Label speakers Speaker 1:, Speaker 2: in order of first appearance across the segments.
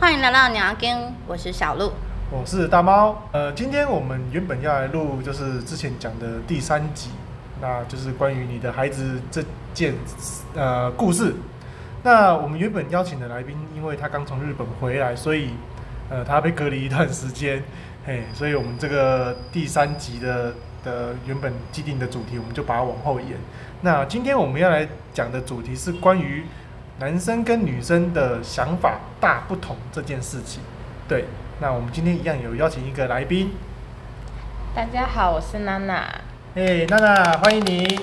Speaker 1: 欢迎来到鸟跟，我是小鹿。
Speaker 2: 我是大猫。呃，今天我们原本要来录就是之前讲的第三集，那就是关于你的孩子这件呃故事。那我们原本邀请的来宾，因为他刚从日本回来，所以呃他被隔离一段时间，嘿，所以我们这个第三集的的原本既定的主题，我们就把它往后延。那今天我们要来讲的主题是关于男生跟女生的想法大不同这件事情。对，那我们今天一样有邀请一个来宾，
Speaker 3: 大家好，我是娜娜。
Speaker 2: 哎，娜娜，欢迎你。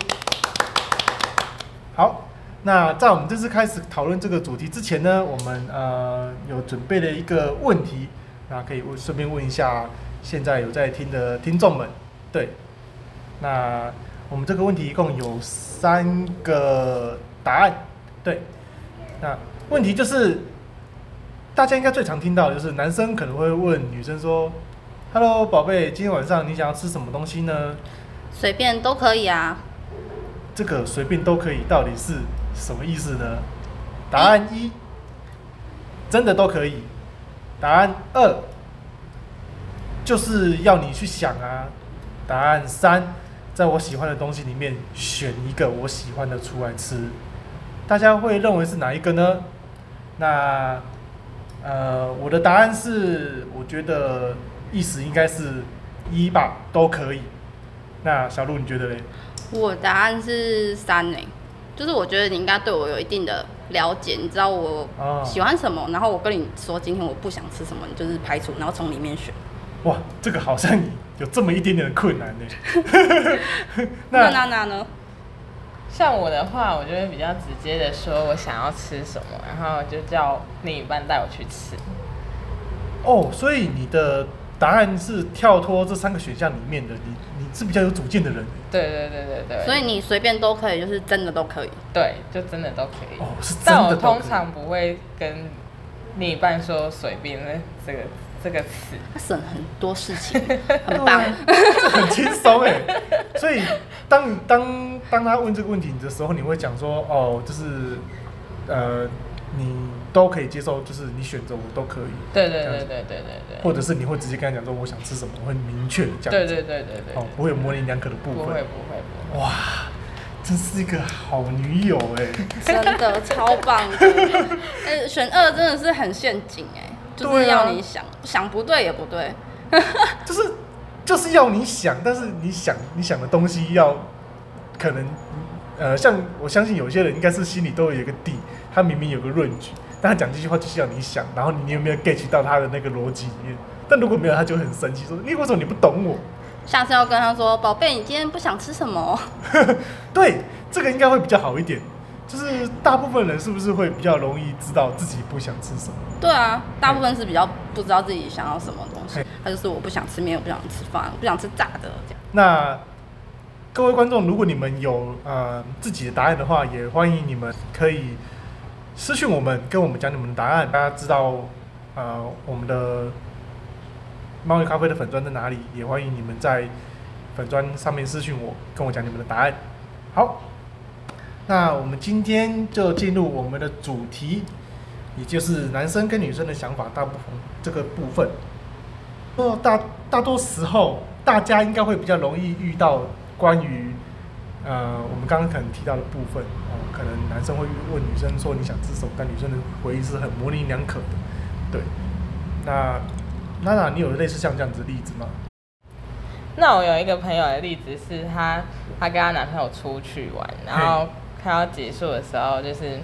Speaker 2: 好，那在我们这次开始讨论这个主题之前呢，我们呃有准备了一个问题，那可以问顺便问一下现在有在听的听众们，对，那我们这个问题一共有三个答案，对，那问题就是大家应该最常听到的就是男生可能会问女生说：“Hello，宝贝，今天晚上你想要吃什么东西呢？”
Speaker 1: 随便都可以啊。
Speaker 2: 这个随便都可以，到底是什么意思呢？答案一，真的都可以。答案二，就是要你去想啊。答案三，在我喜欢的东西里面选一个我喜欢的出来吃。大家会认为是哪一个呢？那呃，我的答案是，我觉得意思应该是一吧，都可以。那小鹿你觉得嘞？
Speaker 1: 我答案是三呢、就是我觉得你应该对我有一定的了解，你知道我
Speaker 2: 哦
Speaker 1: 喜欢什么，然后我跟你说今天我不想吃什么，你就是排除，然后从里面选。
Speaker 2: 哇，这个好像有这么一点点的困 难呢。
Speaker 1: 那
Speaker 2: 那
Speaker 1: 娜娜呢？
Speaker 3: 像我的话，我就会比较直接的说我想要吃什么，然后就叫另一半带我去吃。
Speaker 2: 哦，所以你的答案是跳脱这三个选项里面的，你你是比较有主见的人
Speaker 3: 对对对对对。
Speaker 1: 所以你随便都可以，就是真的都可以。
Speaker 3: 对，就真的都可以。
Speaker 2: 哦，是真
Speaker 3: 但我
Speaker 2: 的都可
Speaker 3: 通
Speaker 2: 以
Speaker 3: 常不会跟另一半说“随便”这个这个词。
Speaker 1: 他省很多事 情，
Speaker 2: 对
Speaker 1: 很棒。
Speaker 2: 这很轻松哎。所以当当当他问这个问题的时候，你会讲说哦，就是呃，你都可以接受，就是你选择我都可以，
Speaker 3: 对对
Speaker 2: 这样
Speaker 3: 对
Speaker 2: 子
Speaker 3: 对对对
Speaker 2: 或者是你会直接跟他讲说我想吃什么，我会明确
Speaker 3: 对。
Speaker 2: 讲，
Speaker 3: 对对对对对。
Speaker 2: 哦，不会有模棱两可的部
Speaker 3: 不
Speaker 2: 分，
Speaker 3: 会不会不
Speaker 2: 哇，真是一个好女友哎、
Speaker 1: 真的超棒的。呃，选二真的是很陷阱哎、就是
Speaker 2: 对啊
Speaker 1: 要你想、想不对也不对，
Speaker 2: 就是就是要你想，但是你想你想的东西要可能呃，像我相信有些人应该是心里都有一个底，他明明有个论据，但他讲这句话就是要你想，然后你有没有 get 到他的那个逻辑里面？但如果没有，他就会很生气，说你为什么你不懂我？
Speaker 1: 下次要跟他说，宝贝，你今天不想吃什么？
Speaker 2: 对，这个应该会比较好一点。就是大部分人是不是会比较容易知道自己不想吃什么？
Speaker 1: 对啊，大部分是比较不知道自己想要什么东西
Speaker 2: 嘿，
Speaker 1: 他就是我不想吃面，我不想吃饭，我不想吃炸的这样。
Speaker 2: 那各位观众，如果你们有呃自己的答案的话，也欢迎你们可以私讯我们，跟我们讲你们的答案。大家知道呃我们的猫与咖啡的粉砖在哪里，也欢迎你们在粉砖上面私讯我，跟我讲你们的答案。好，那我们今天就进入我们的主题，也就是男生跟女生的想法大不同这个部分。那大大多时候，大家应该会比较容易遇到关于呃我们刚刚可能提到的部分哦、可能男生会问女生说你想吃什么，但女生的回应是很模棱两可的。对，那娜娜，你有类似像这样子的例子吗？
Speaker 3: 那我有一个朋友的例子是她，她跟她男朋友出去玩，然后快要结束的时候，就是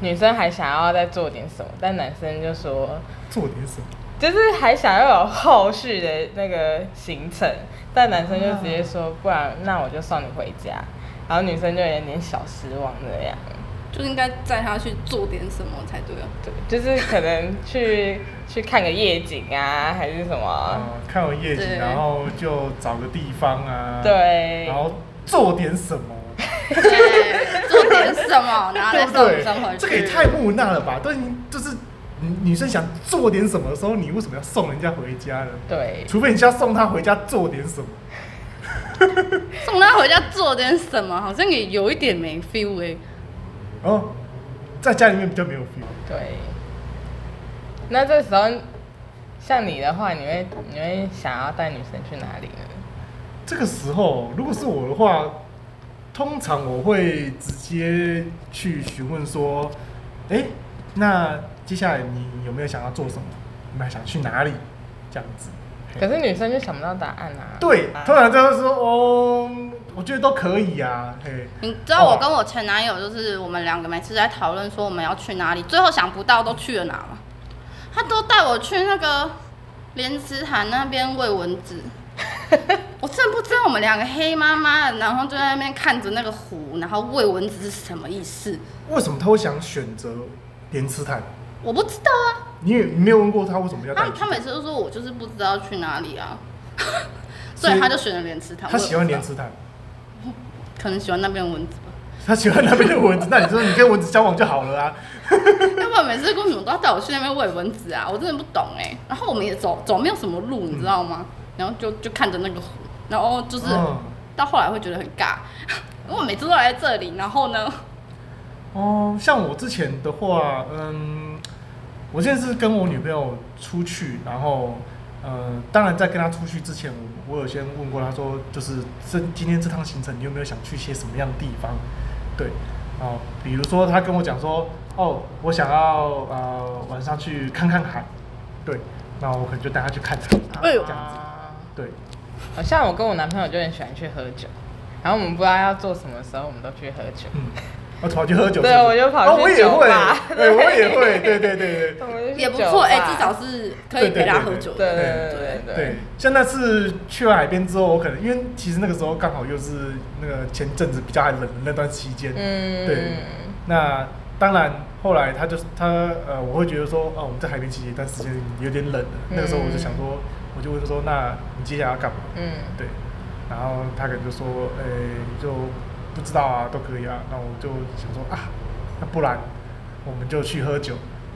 Speaker 3: 女生还想要再做点什么，但男生就说，
Speaker 2: 做点什么？
Speaker 3: 就是还想要有后续的那个行程，但男生就直接说，不然那我就送你回家，然后女生就有点小失望这样。
Speaker 1: 就应该带他去做点什么才对啊！
Speaker 3: 对，就是可能去 去看个夜景啊，还是什
Speaker 2: 啊、
Speaker 3: 么？
Speaker 2: 看完夜景，
Speaker 1: 对
Speaker 2: 然后就找个地方啊，，
Speaker 3: 对，
Speaker 2: 然后做点什么，
Speaker 1: 对做点什 么，然后
Speaker 2: 对
Speaker 1: 再
Speaker 2: 不
Speaker 1: 送女生回去。
Speaker 2: 对？这个也太木讷了吧？对，就是女女生想做点什么的时候，你为什么要送人家回家呢？
Speaker 3: 对，
Speaker 2: 除非你是要送他回家做点什么。
Speaker 1: 送他回家做点什么，好像也有一点没 feel 哎、
Speaker 2: 哦，在家里面比较没有 feel。
Speaker 3: 对，那这时候，像你的话，你会你会想要带女生去哪里呢？
Speaker 2: 这个时候，如果是我的话，通常我会直接去询问说，哎、那接下来你有没有想要做什么？你们还想去哪里？这样子。嘿
Speaker 3: 可是女生就想不到答案啊。
Speaker 2: 对，
Speaker 3: 啊
Speaker 2: 通常就是说，哦，我觉得都可以啊，嘿，
Speaker 1: 你知道我
Speaker 2: 哦
Speaker 1: 跟我前男友就是我们两个每次在讨论说我们要去哪里，最后想不到都去了哪吗？他都带我去那个莲池潭那边喂蚊 子，我真的不知道我们两个黑麻麻的，然后就在那边看着那个湖，然后喂蚊子是什么意思？
Speaker 2: 为什么他会想选择莲池潭？
Speaker 1: 我不知道啊，
Speaker 2: 你也没有问过他为什么要带
Speaker 1: 他
Speaker 2: 你去
Speaker 3: 啊
Speaker 1: 他每次都说我就是不知道去哪里啊， 所以
Speaker 2: 所以
Speaker 1: 他就选了莲池潭。
Speaker 2: 他喜欢
Speaker 1: 我也
Speaker 2: 莲
Speaker 1: 不知
Speaker 2: 池潭，
Speaker 1: 道，可能喜欢那边的蚊子吧。
Speaker 2: 他喜欢那边的蚊子，那你说你跟蚊子交往就好了啊。
Speaker 1: 要不然每次为什么都要带我去那边喂蚊子啊？我真的不懂哎、然后我们也走走没有什么路，你知道吗？然后就就看着那个湖，然后就是、
Speaker 2: 嗯
Speaker 1: 到后来会觉得很尬， 因为我每次都来这里，然后呢，
Speaker 2: 哦，像我之前的话，嗯，我现在是跟我女朋友出去，然后，呃，当然在跟她出去之前，我我有先问过她说，就是这今天这趟行程，你有没有想去一些什么样的地方？对，哦，比如说她跟我讲说，哦，我想要呃晚上去看看海，对，那我可能就带她去看海，
Speaker 1: 哎呦
Speaker 2: 这样子，
Speaker 3: 啊
Speaker 2: 对，
Speaker 3: 好像我跟我男朋友就很喜欢去喝酒，然后我们不知道要做什么时候，我们都去喝酒。
Speaker 2: 嗯，我跑去喝酒是不
Speaker 3: 对啊
Speaker 2: 是，
Speaker 3: 我就跑
Speaker 2: 哦
Speaker 3: 去
Speaker 2: 我也
Speaker 3: 酒
Speaker 2: 会
Speaker 3: 吧，
Speaker 2: 对，我也会，对对对对。
Speaker 3: 我们就去
Speaker 1: 也不
Speaker 3: 酒
Speaker 1: 错哎、
Speaker 3: 吧
Speaker 1: 至少是可以
Speaker 2: 对对
Speaker 1: 陪他
Speaker 2: 对
Speaker 1: 喝
Speaker 2: 对
Speaker 1: 酒的。
Speaker 3: 对对对对
Speaker 2: 对，像那次去完海边之后，我可能因为其实那个时候刚好又是那个前阵子比较冷的那段期间，
Speaker 3: 嗯，
Speaker 2: 对那当然后来他就是他呃，我会觉得说，哦、我们在海边其实一段时间有点冷了，那个时候我就想说，哦我就问他说，那你接下来要干嘛？
Speaker 3: 嗯，
Speaker 2: 对，然后他可能就说，呃、就不知道啊，都可以啊。那我就想说啊，那不然我们就去喝酒。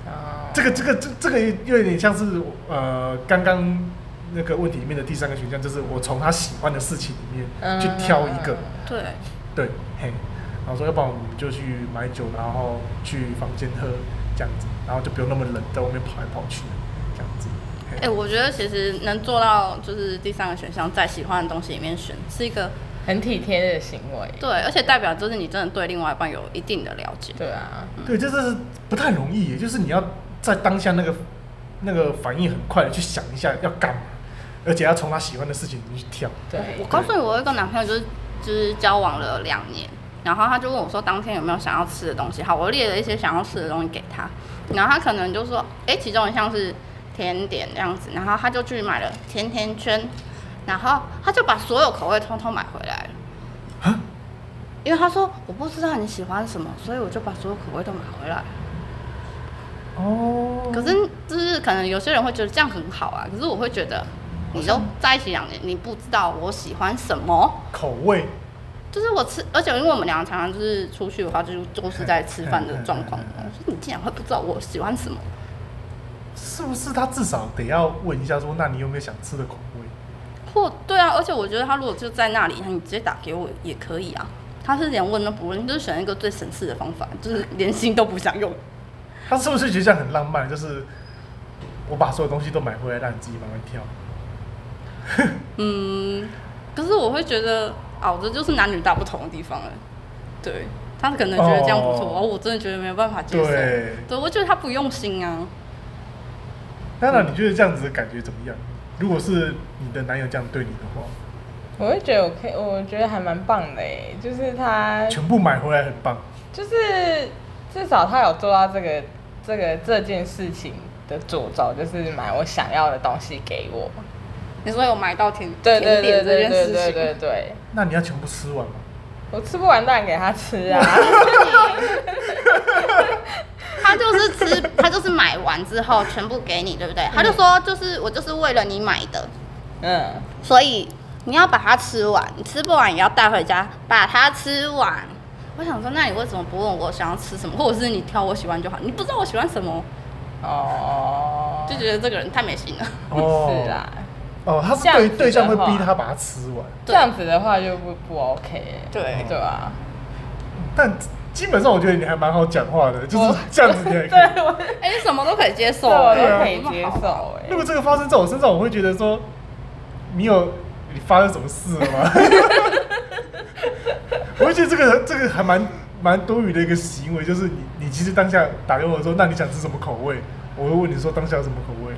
Speaker 3: 哦
Speaker 2: 这个这个这这个又有点像是呃刚刚那个问题里面的第三个选项，就是我从他喜欢的事情里
Speaker 3: 嗯
Speaker 2: 面去挑一个，
Speaker 1: 对，
Speaker 2: 对，嘿，然后说要不然我们就去买酒，然后去房间喝这样子，然后就不用那么冷，在外面跑来跑去这样子。嘿
Speaker 1: 哎、我觉得其实能做到就是第三个选项，在喜欢的东西里面选，是一个
Speaker 3: 很体贴的行为。
Speaker 1: 对，而且代表就是你真的对另外一半有一定的了解。
Speaker 3: 对啊，
Speaker 2: 对，这是不太容易，就是你要在当下那个那个反应很快的去想一下要干嘛，而且要从他喜欢的事情里面去挑。
Speaker 3: 对，
Speaker 1: 我告诉你，我有一个男朋友就是就是交往了两年，然后他就问我说当天有没有想要吃的东西，好，我列了一些想要吃的东西给他，然后他可能就说，哎、其中一项是甜点这样子，然后他就去买了甜甜圈，然后他就把所有口味通通买回来了。因为他说我不知道你喜欢什么，所以我就把所有口味都买回来了。
Speaker 2: 哦
Speaker 1: 可是就是可能有些人会觉得这样很好啊，可是我会觉得你都在一起两年，你不知道我喜欢什么。
Speaker 2: 口味，
Speaker 1: 就是我吃，而且因为我们两个常常就是出去的话，就是都是在吃饭的状况。
Speaker 2: 嗯嗯嗯
Speaker 1: 我说你竟然会不知道我喜欢什么？
Speaker 2: 是不是他至少得要问一下说，那你有没有想吃的口味？
Speaker 1: 或对啊，而且我觉得他如果就在那里，你直接打给我也可以啊。他是连问都不问，就是选一个最省事的方法，就是连心都不想用。
Speaker 2: 他是不是觉得这样很浪漫？就是我把所有东西都买回来，让你自己慢慢挑。
Speaker 1: 嗯，可是我会觉得，哦，这就是男女大不同的地方了。对他可能觉得这样不错，
Speaker 2: 哦
Speaker 1: 而、我真的觉得没有办法接受。
Speaker 2: 对，
Speaker 1: 对，我觉得他不用心啊。
Speaker 2: 娜娜，你觉得这样子的感觉怎么样？如果是你的男友这样对你的话，
Speaker 3: 我会觉得我可以，我觉得还蛮棒的诶，就是他，
Speaker 2: 全部买回来很棒。
Speaker 3: 就是至少他有做到这个这个这件事情的诅咒，就是买我想要的东西给我。
Speaker 1: 你说有买到甜
Speaker 3: 对
Speaker 1: 甜
Speaker 3: 对对
Speaker 1: 点这
Speaker 3: 对
Speaker 1: 件
Speaker 3: 对
Speaker 1: 事
Speaker 3: 对
Speaker 1: 情，
Speaker 3: 对对，
Speaker 2: 那你要全部吃完吗？
Speaker 3: 我吃不完当然给他吃啊。
Speaker 1: 他就是吃，他就是买完之后全部给你，对不对？他就说，就是我就是为了你买的，
Speaker 3: 嗯，
Speaker 1: 所以你要把它吃完，你吃不完也要带回家，把它吃完。我想说，那你为什么不问我想要吃什么，或者是你挑我喜欢就好？你不知道我喜欢什么，
Speaker 3: 哦，
Speaker 1: 就觉得这个人太没心了。
Speaker 3: 是啦，
Speaker 2: 哦，他是
Speaker 3: 这样
Speaker 2: 对
Speaker 3: 子的
Speaker 2: 对象会逼
Speaker 3: 话
Speaker 2: 他把它吃完，
Speaker 1: 对
Speaker 3: 这样子的话就不不 OK 欸。
Speaker 1: 对
Speaker 3: 对吧？
Speaker 2: 但基本上我觉得你还蛮好讲话的，就是
Speaker 3: 我
Speaker 2: 这 样子你还可以。
Speaker 3: 对啊我
Speaker 1: 哎、你什么都可以接受，
Speaker 3: 对我
Speaker 2: 对
Speaker 3: 都
Speaker 2: 啊
Speaker 3: 可以接受哎、
Speaker 2: 如果这个发生在我身上，我会觉得说，你有你发生什么事了 吗？我会觉得这个这个还蛮蛮多余的一个行为，就是你你其实当下打给我说，那你想吃什么口味？我会问你说当下有什么口味，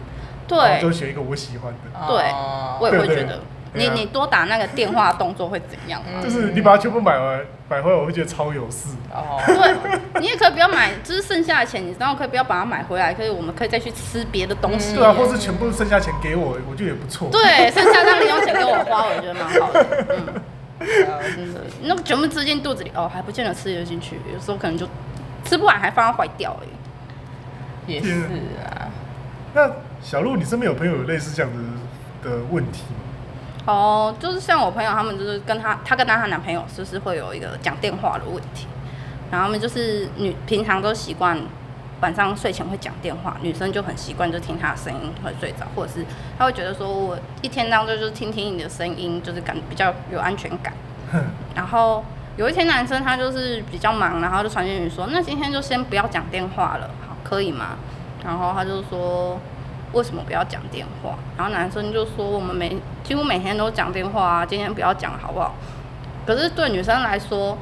Speaker 2: 然后就
Speaker 1: 对
Speaker 2: 选一个我喜欢的，
Speaker 1: 对
Speaker 3: 哦，
Speaker 1: 我也会
Speaker 2: 对
Speaker 1: 觉
Speaker 2: 对嗯
Speaker 1: 得，
Speaker 2: 对
Speaker 1: 你
Speaker 2: 啊
Speaker 1: 你多打那个电话动作会怎样啊？
Speaker 2: 就是你把它全部买完买回来，我会觉得超有事。
Speaker 3: 哦，
Speaker 1: 对，你也可以不要买，就是剩下的钱，你然后可以不要把它买回来，可以我们可以再去吃别的东西。
Speaker 2: 对啊，或是全部剩下钱给我，我觉得也不错。
Speaker 1: 嗯对，剩下让零用钱给我花，我觉得蛮好的。嗯，真的，那个全部吃进肚子里，哦，还不见得吃得进去，有时候可能就吃不完还放到坏掉哎、
Speaker 3: 也是啊，
Speaker 2: 那小鹿，你身边有朋友有类似这样的的问题吗？
Speaker 1: 哦，就是像我朋友他们，就是跟她，她跟她她男朋友，就是会有一个讲电话的问题，然后他们就是女平常都习惯晚上睡前会讲电话，女生就很习惯就听她的声音会睡着，或者是她会觉得说我一天当中就是听听你的声音，就是感比较有安全感。然后有一天男生他就是比较忙，然后就传讯息说，那今天就先不要讲电话了，好，可以吗？然后他就说，为什么不要讲电话？然后男生就说，我们每几乎每天都讲电话啊，今天不要讲了好不好？可是对女生来说，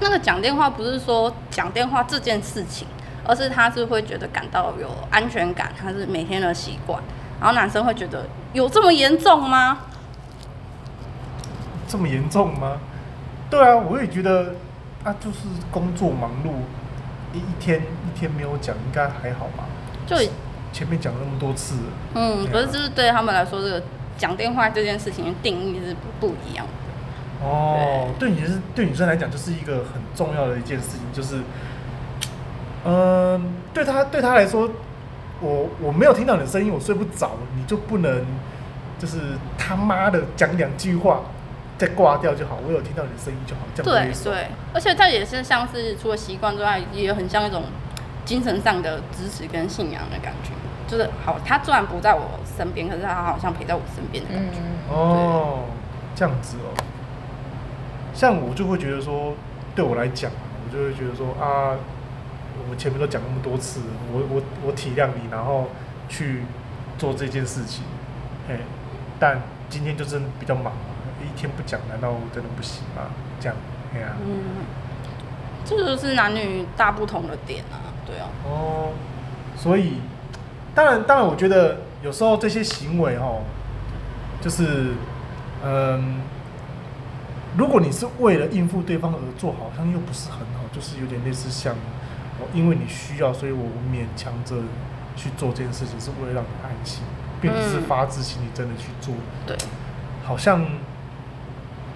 Speaker 1: 那个讲电话不是说讲电话这件事情，而是她是会觉得感到有安全感，她是每天的习惯。然后男生会觉得有这么严重吗？
Speaker 2: 这么严重吗？对啊，我也觉得啊，就是工作忙碌，一一天一天没有讲，应该还好吧？
Speaker 1: 就
Speaker 2: 前面讲了那么多次了，
Speaker 1: 嗯，
Speaker 2: 对啊
Speaker 1: 可是就是对他们来说，这个讲电话这件事情的定义是不一样的。
Speaker 2: 哦，对女生对女生来讲，就是一个很重要的一件事情，就是，嗯，对她对她来说，我我没有听到你的声音，我睡不着，你就不能就是他妈的讲两句话，再挂掉就好。我有听到你的声音就好，这样
Speaker 1: 对
Speaker 2: 不会爽
Speaker 1: 对，而且它也是像是除了习惯之外，也很像一种精神上的支持跟信仰的感觉。就是好，他虽然不在我身边，可是他好像陪在我身边的感
Speaker 3: 嗯
Speaker 1: 觉。，
Speaker 2: 哦，这样子哦。像我就会觉得说，对我来讲，我就会觉得说啊，我前面都讲那么多次了，我我我体谅你，然后去做这件事情，哎，但今天就真的比较忙，一天不讲，难道真的不行吗？这样，哎呀、
Speaker 1: 嗯，这就是男女大不同的点啊。对啊，
Speaker 2: 哦，所以当然，当然，我觉得有时候这些行为哦，就是嗯，如果你是为了应付对方而做，好像又不是很好，就是有点类似像我因为你需要，所以我勉强着去做这件事情，是为了让你安心，并不是
Speaker 1: 嗯
Speaker 2: 发自心里真的去做，
Speaker 1: 对，
Speaker 2: 好像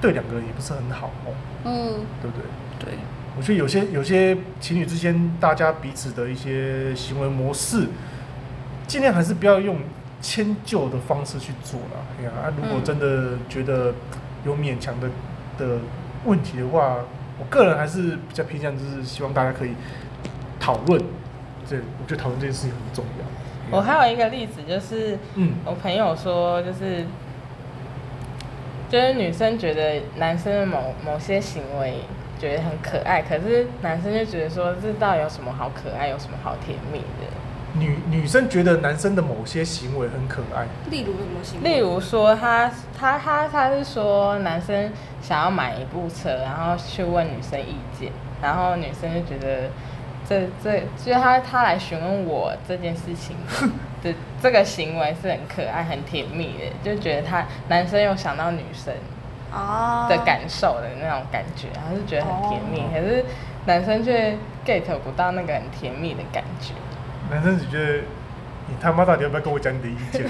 Speaker 2: 对两个人也不是很好哦，
Speaker 1: 嗯，
Speaker 2: 对不对？
Speaker 1: 对，
Speaker 2: 我觉得有些有些情侣之间，大家彼此的一些行为模式，尽量还是不要用迁就的方式去做啦。哎呀、啊，如果
Speaker 1: 嗯
Speaker 2: 真的觉得有勉强的的问题的话，我个人还是比较偏向就是希望大家可以讨论。这我觉得讨论这件事情很重要。
Speaker 3: 我还有一个例子就是，
Speaker 2: 嗯
Speaker 3: 我朋友说，就是就是女生觉得男生的某某些行为觉得很可爱，可是男生就觉得说这到底有什么好可爱，有什么好甜蜜的？
Speaker 2: 女女生觉得男生的某些行为很可爱，
Speaker 1: 例如什么行
Speaker 3: 例如说他他他他是说男生想要买一部车，然后去问女生意见，然后女生就觉得。这这就是他他来询问我这件事情的这个行为是很可爱很甜蜜的，就觉得他男生又想到女生，
Speaker 1: 啊
Speaker 3: 的感受的那种感觉，然后就觉得很甜
Speaker 1: 哦
Speaker 3: 蜜，可是男生却 get 不到那个很甜蜜的感觉。
Speaker 2: 男生只觉得你他妈到底要不要跟我讲你的意见？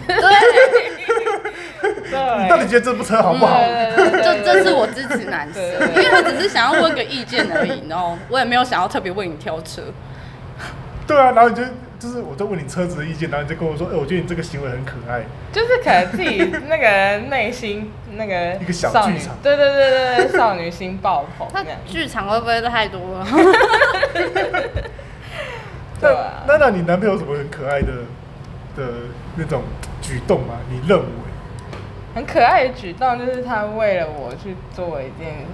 Speaker 2: 你到底
Speaker 3: 对，
Speaker 2: 觉得这部车好不好？
Speaker 1: 嗯
Speaker 3: 对对
Speaker 1: 这
Speaker 3: 对
Speaker 1: 这是我支持男生，
Speaker 3: 对
Speaker 1: 因为他只是想要问个意见而已，然后我也没有想要特别为你挑车。
Speaker 2: 对啊，然后你就就是我在问你车子的意见，然后你就跟我说，哎、我觉得你这个行为很可爱。
Speaker 3: 就是可能自己那个内心那个
Speaker 2: 一个小
Speaker 3: 少女
Speaker 2: 剧场，
Speaker 3: 对对对对对，少女心爆棚
Speaker 1: 他
Speaker 3: 这样。
Speaker 1: 剧场会不会太多了？
Speaker 3: 对啊
Speaker 2: 那那那你男朋友有什么很可爱的的那种举动吗？你认为？
Speaker 3: 很可爱的举动，就是他为了我去做一件，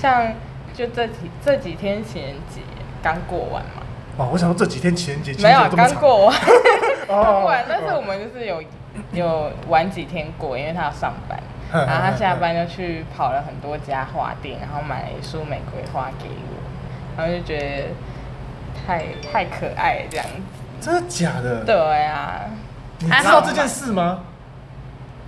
Speaker 3: 像就这几这几天情人节刚过完嘛，
Speaker 2: 哦，我想说这几天情人节情
Speaker 3: 没
Speaker 2: 人
Speaker 3: 有
Speaker 2: 节
Speaker 3: 啊
Speaker 2: 这么
Speaker 3: 刚
Speaker 2: 长，
Speaker 3: 过完，
Speaker 2: 哦
Speaker 3: 刚过完，但是我们就是有有晚几天过，因为他要上 班，
Speaker 2: 嗯
Speaker 3: 然后他
Speaker 2: 嗯
Speaker 3: 下
Speaker 2: 嗯
Speaker 3: 班就去跑了很多家花店，然后买了一束玫瑰花给我，然后就觉得太太可爱这样子。
Speaker 2: 真的假的？
Speaker 3: 对啊，
Speaker 2: 你
Speaker 1: 还
Speaker 2: 知
Speaker 1: 好
Speaker 2: 道
Speaker 1: 吧
Speaker 2: 这件事吗？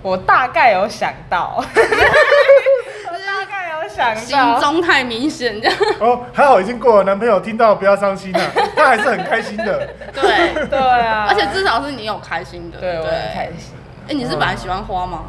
Speaker 3: 我大概有想 到，大概有想
Speaker 1: 心
Speaker 3: 到，
Speaker 1: 中太明显这样。
Speaker 2: 哦，还好已经过了，男朋友听到不要伤心啊，他还是很开心的。
Speaker 1: 对，
Speaker 3: 对啊，
Speaker 1: 而且至少是你有开心的。
Speaker 3: 对我很开。心。
Speaker 1: 哎、你是本来喜欢花吗？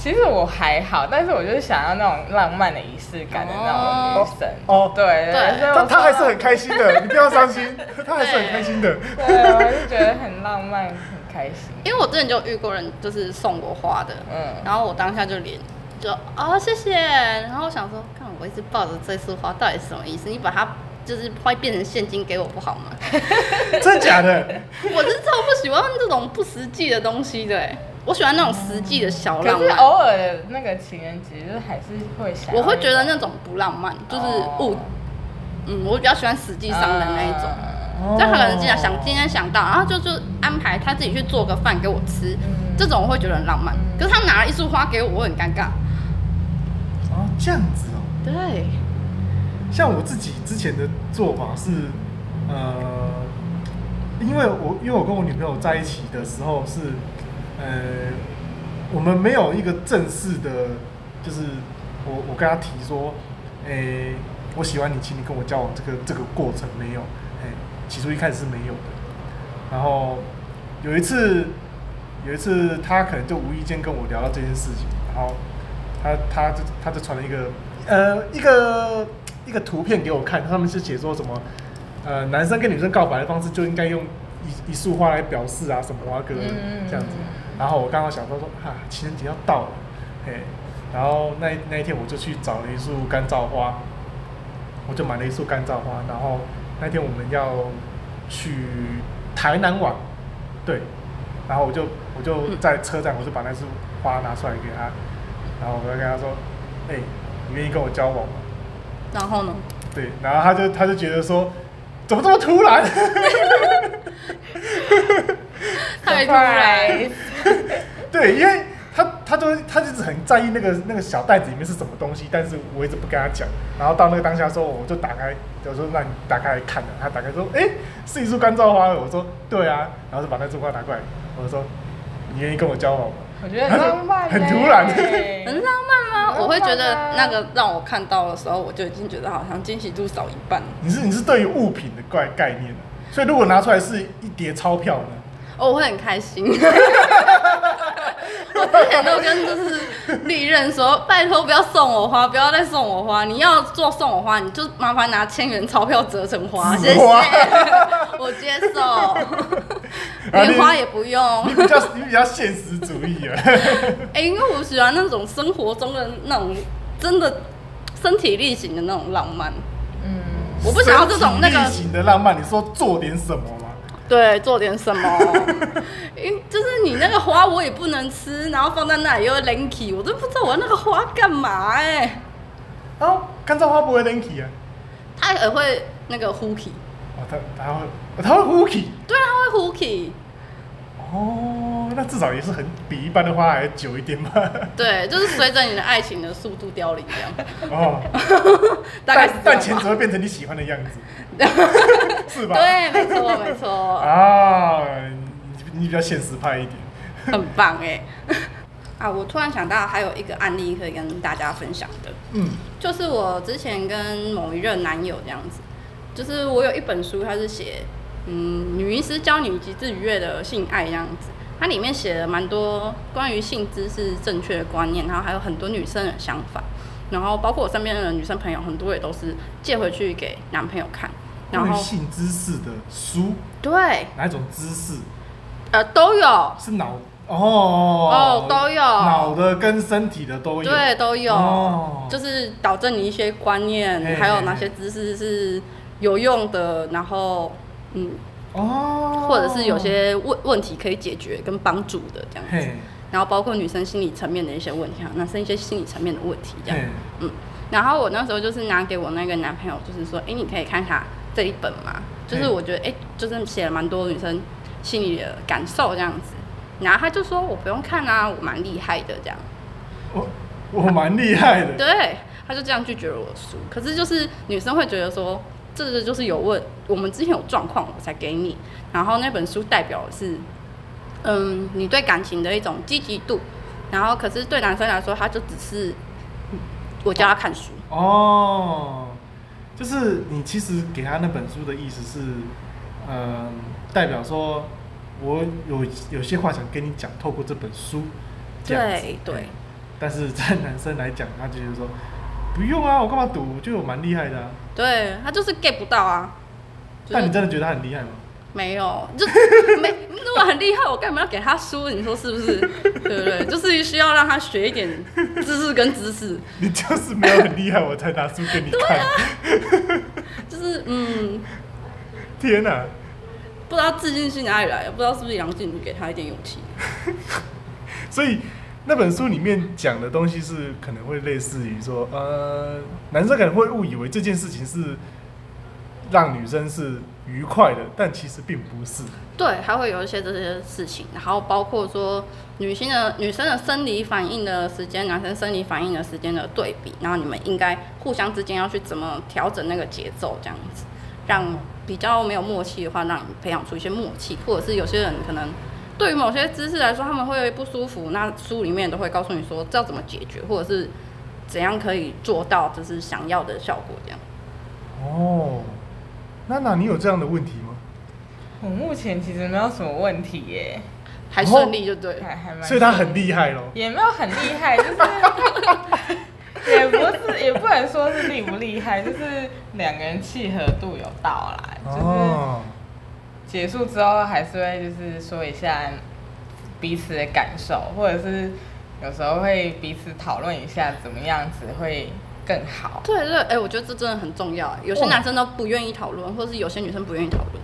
Speaker 3: 其实我还好，但是我就是想要那种浪漫的仪式感的那种女生。
Speaker 2: 哦哦
Speaker 3: 对
Speaker 1: 对
Speaker 3: 所以
Speaker 2: 他
Speaker 3: 我
Speaker 2: 他还是很开心的，你不要伤心，他还是很开心的。
Speaker 3: 对，我就觉得很浪漫，很开心。
Speaker 1: 因为我之前就遇过人，就是送我花的，
Speaker 3: 嗯，
Speaker 1: 然后我当下就脸就啊、谢谢，然后我想说，看我一直抱着这束花到底是什么意思？你把它就是会变成现金给我不好 吗？
Speaker 2: 真的假的？
Speaker 1: 我是超不喜欢这种不实际的东西的、哎，我喜欢那种实际的小
Speaker 3: 可
Speaker 1: 浪
Speaker 3: 是
Speaker 1: 漫。
Speaker 3: 偶尔的那个情人节，就是还是会想要。
Speaker 1: 我会觉得那种不浪漫，就是物，
Speaker 3: 哦
Speaker 1: 嗯，我比较喜欢实际上的那一种。
Speaker 3: 嗯
Speaker 1: 但他可能经常想啊今
Speaker 2: 哦
Speaker 1: 天想到，然后就就安排他自己去做个饭给我吃，
Speaker 3: 嗯
Speaker 1: 这种我会觉得很浪漫。
Speaker 3: 嗯
Speaker 1: 可是他拿了一束花给我，我很尴尬。
Speaker 2: 哦这样子哦。
Speaker 1: 对，
Speaker 2: 像我自己之前的做法是，呃，因为我因为我跟我女朋友在一起的时候是，呃，我们没有一个正式的，就是我我跟她提说，诶、我喜欢你，请你跟我交往，这个这个过程没有，诶、起初一开始是没有的，然后有一次，有一次他可能就无意间跟我聊到这件事情，然后他他就他就传了一个呃一个一个图片给我看，上面是写说什么呃男生跟女生告白的方式就应该用一一束花来表示啊什么啊哥
Speaker 3: 嗯
Speaker 2: 这样子，然后我刚好想到说啊情人节要到了，嘿，然后那一那一天我就去找了一束干燥花，我就买了一束干燥花，然后那天我们要去台南玩，对，然后我就我就在车站，我就把那束花拿出来给他，然后我就跟他说，哎、你愿意跟我交往吗？
Speaker 1: 然 后呢？
Speaker 2: 对，然后他就他就觉得说，怎么这么突然？
Speaker 1: 太突然
Speaker 3: Surprise，
Speaker 2: 对，因为他他就他就是很在意那个那个小袋子里面是什么东西，但是我一直不跟他讲。然后到那个当下的时候，我就打开，我说让你打开来看了。他打开说，哎、是一束干燥花。我说对啊，然后就把那束花拿过来，我说你愿意跟我交往吗？
Speaker 3: 我觉得很浪漫、欸，
Speaker 2: 很突然
Speaker 1: 很浪漫
Speaker 3: 很浪
Speaker 1: 吗？
Speaker 3: 漫啊
Speaker 1: 我会觉得那个让我看到的时候，我就已经觉得好像惊喜度少一半了。
Speaker 2: 你是你是对于物品的概概念，所以如果拿出来是一叠钞票呢？
Speaker 1: 哦，我会很开 心。我之前都跟就是历任说，拜托不要送我花，不要再送我花。你要做送我花，你就麻烦拿千元钞票折成花，谢谢，
Speaker 2: 哇
Speaker 1: 我接受，连花也不用。
Speaker 2: 啊你比较你比较现实主义啊，
Speaker 1: 哎、因为我喜欢那种生活中的那种真的身体力行的那种浪漫，
Speaker 3: 嗯，
Speaker 1: 我不想要这种那
Speaker 2: 身体
Speaker 1: 个
Speaker 2: 力行的浪漫。你说做点什么吗？
Speaker 1: 对，做点什么？ 因为就是你那个花我也不能吃，然后放在那里又 linky，我都不知道我那个花干嘛哎、
Speaker 2: 然后啊干燥花不会 linky 啊，
Speaker 1: 它也会那个 hooky，
Speaker 2: 哦，它它会哦它会 hooky
Speaker 1: 对，啊它会 hooky，
Speaker 2: 哦，那至少也是很比一般的花还久一点吧。
Speaker 1: 对，就是随着你的爱情的速度凋零 这样，
Speaker 2: 哦，
Speaker 1: 大概是
Speaker 2: 但
Speaker 1: 这
Speaker 2: 但钱
Speaker 1: 样
Speaker 2: 只
Speaker 1: 吧。
Speaker 2: 会变成你喜欢的样 子，是吧？
Speaker 1: 对，没错没错，
Speaker 2: 啊，你你比较现实派一点。
Speaker 1: 很棒哎、啊，我突然想到还有一个案例可以跟大家分享的，
Speaker 2: 嗯，
Speaker 1: 就是我之前跟某一任男友这样子，就是我有一本书，它是写嗯女医师教你及自愉悦的性爱这样子，它里面写了蛮多关于性知识正确的观念，然后还有很多女生的想法，然后包括我身边的女生朋友很多也都是借回去给男朋友看，然
Speaker 2: 关于
Speaker 1: 后
Speaker 2: 性知识的书，
Speaker 1: 对
Speaker 2: 哪一种知识？
Speaker 1: 呃都有
Speaker 2: 是脑哦
Speaker 1: 哦都有
Speaker 2: 脑的跟身体的都有。
Speaker 1: 对，都有，
Speaker 2: 哦
Speaker 1: 就是导正你一些观念，
Speaker 2: 嘿
Speaker 1: 还有
Speaker 2: 嘿
Speaker 1: 哪些知识是有用的，然后嗯
Speaker 2: 哦，
Speaker 1: 或者是有些问问题可以解决跟帮助的这样子，
Speaker 2: 嘿，
Speaker 1: 然后包括女生心理层面的一些问题啊，男生一些心理层面的问题这样
Speaker 2: 嘿，。
Speaker 1: 嗯，然后我那时候就是拿给我那个男朋友，就是说，哎，你可以看一下这一本嘛，就是
Speaker 2: 嗯
Speaker 1: 我觉得，哎，就是写了蛮多女生心里的感受这样子。然后他就说我不用看啊，我蛮厉害的这样。
Speaker 2: 我我蛮厉害的，
Speaker 1: 对，他就这样拒绝了我的书。可是就是女生会觉得说，这个就是有问，我们之前有状况我才给你，然后那本书代表的是，嗯，你对感情的一种积极度，然后可是对男生来说，他就只是嗯我叫他看书，
Speaker 2: 哦，就是你其实给他那本书的意思是，嗯、代表说我有有些话想跟你讲，透过这本书，这样子
Speaker 1: 对对。
Speaker 2: 但是在男生来讲，他就是说不用啊，我干嘛读？我觉得我蛮厉害的啊。
Speaker 1: 对他就是 get 不到啊。就是
Speaker 2: 但你真的觉得他很厉害吗？
Speaker 1: 没有，就没如果很厉害，我干嘛要给他书？你说是不是？对不对？就是需要让他学一点知识跟知识。
Speaker 2: 你就是没有很厉害，我才拿书给你看。
Speaker 1: 啊就是嗯，
Speaker 2: 天哪、
Speaker 1: 不知道自信是哪里来的，不知道是不是梁静茹给他一点勇气。
Speaker 2: 所以那本书里面讲的东西是可能会类似于说，呃，男生可能会误以为这件事情是让女生是愉快的，但其实并不是。
Speaker 1: 对，还会有一些这些事情，然后包括说女性的女生的生理反应的时间，男生生理反应的时间的对比，然后你们应该互相之间要去怎么调整那个节奏，这样子，让比较没有默契的话，让你培养出一些默契，或者是有些人可能对于某些姿势来说他们会不舒服，那书里面都会告诉你说这要怎么解决，或者是怎样可以做到就是想要的效果这样。
Speaker 2: 哦，娜娜，你有这样的问题吗？
Speaker 3: 我目前其实没有什么问题耶，
Speaker 1: 还顺利就对了。
Speaker 3: 还还蛮。
Speaker 2: 所以他很厉害咯。
Speaker 3: 也没有很厉害，就是 也不是也不能说是厉不厉害，就是两个人契合度有到啦。就是
Speaker 2: 哦，
Speaker 3: 结束之后还是会就是说一下彼此的感受，或者是有时候会彼此讨论一下怎么样子会更好。
Speaker 1: 对对，哎、我觉得这真的很重要。啊有些男生都不愿意讨论，或是有些女生不愿意讨论，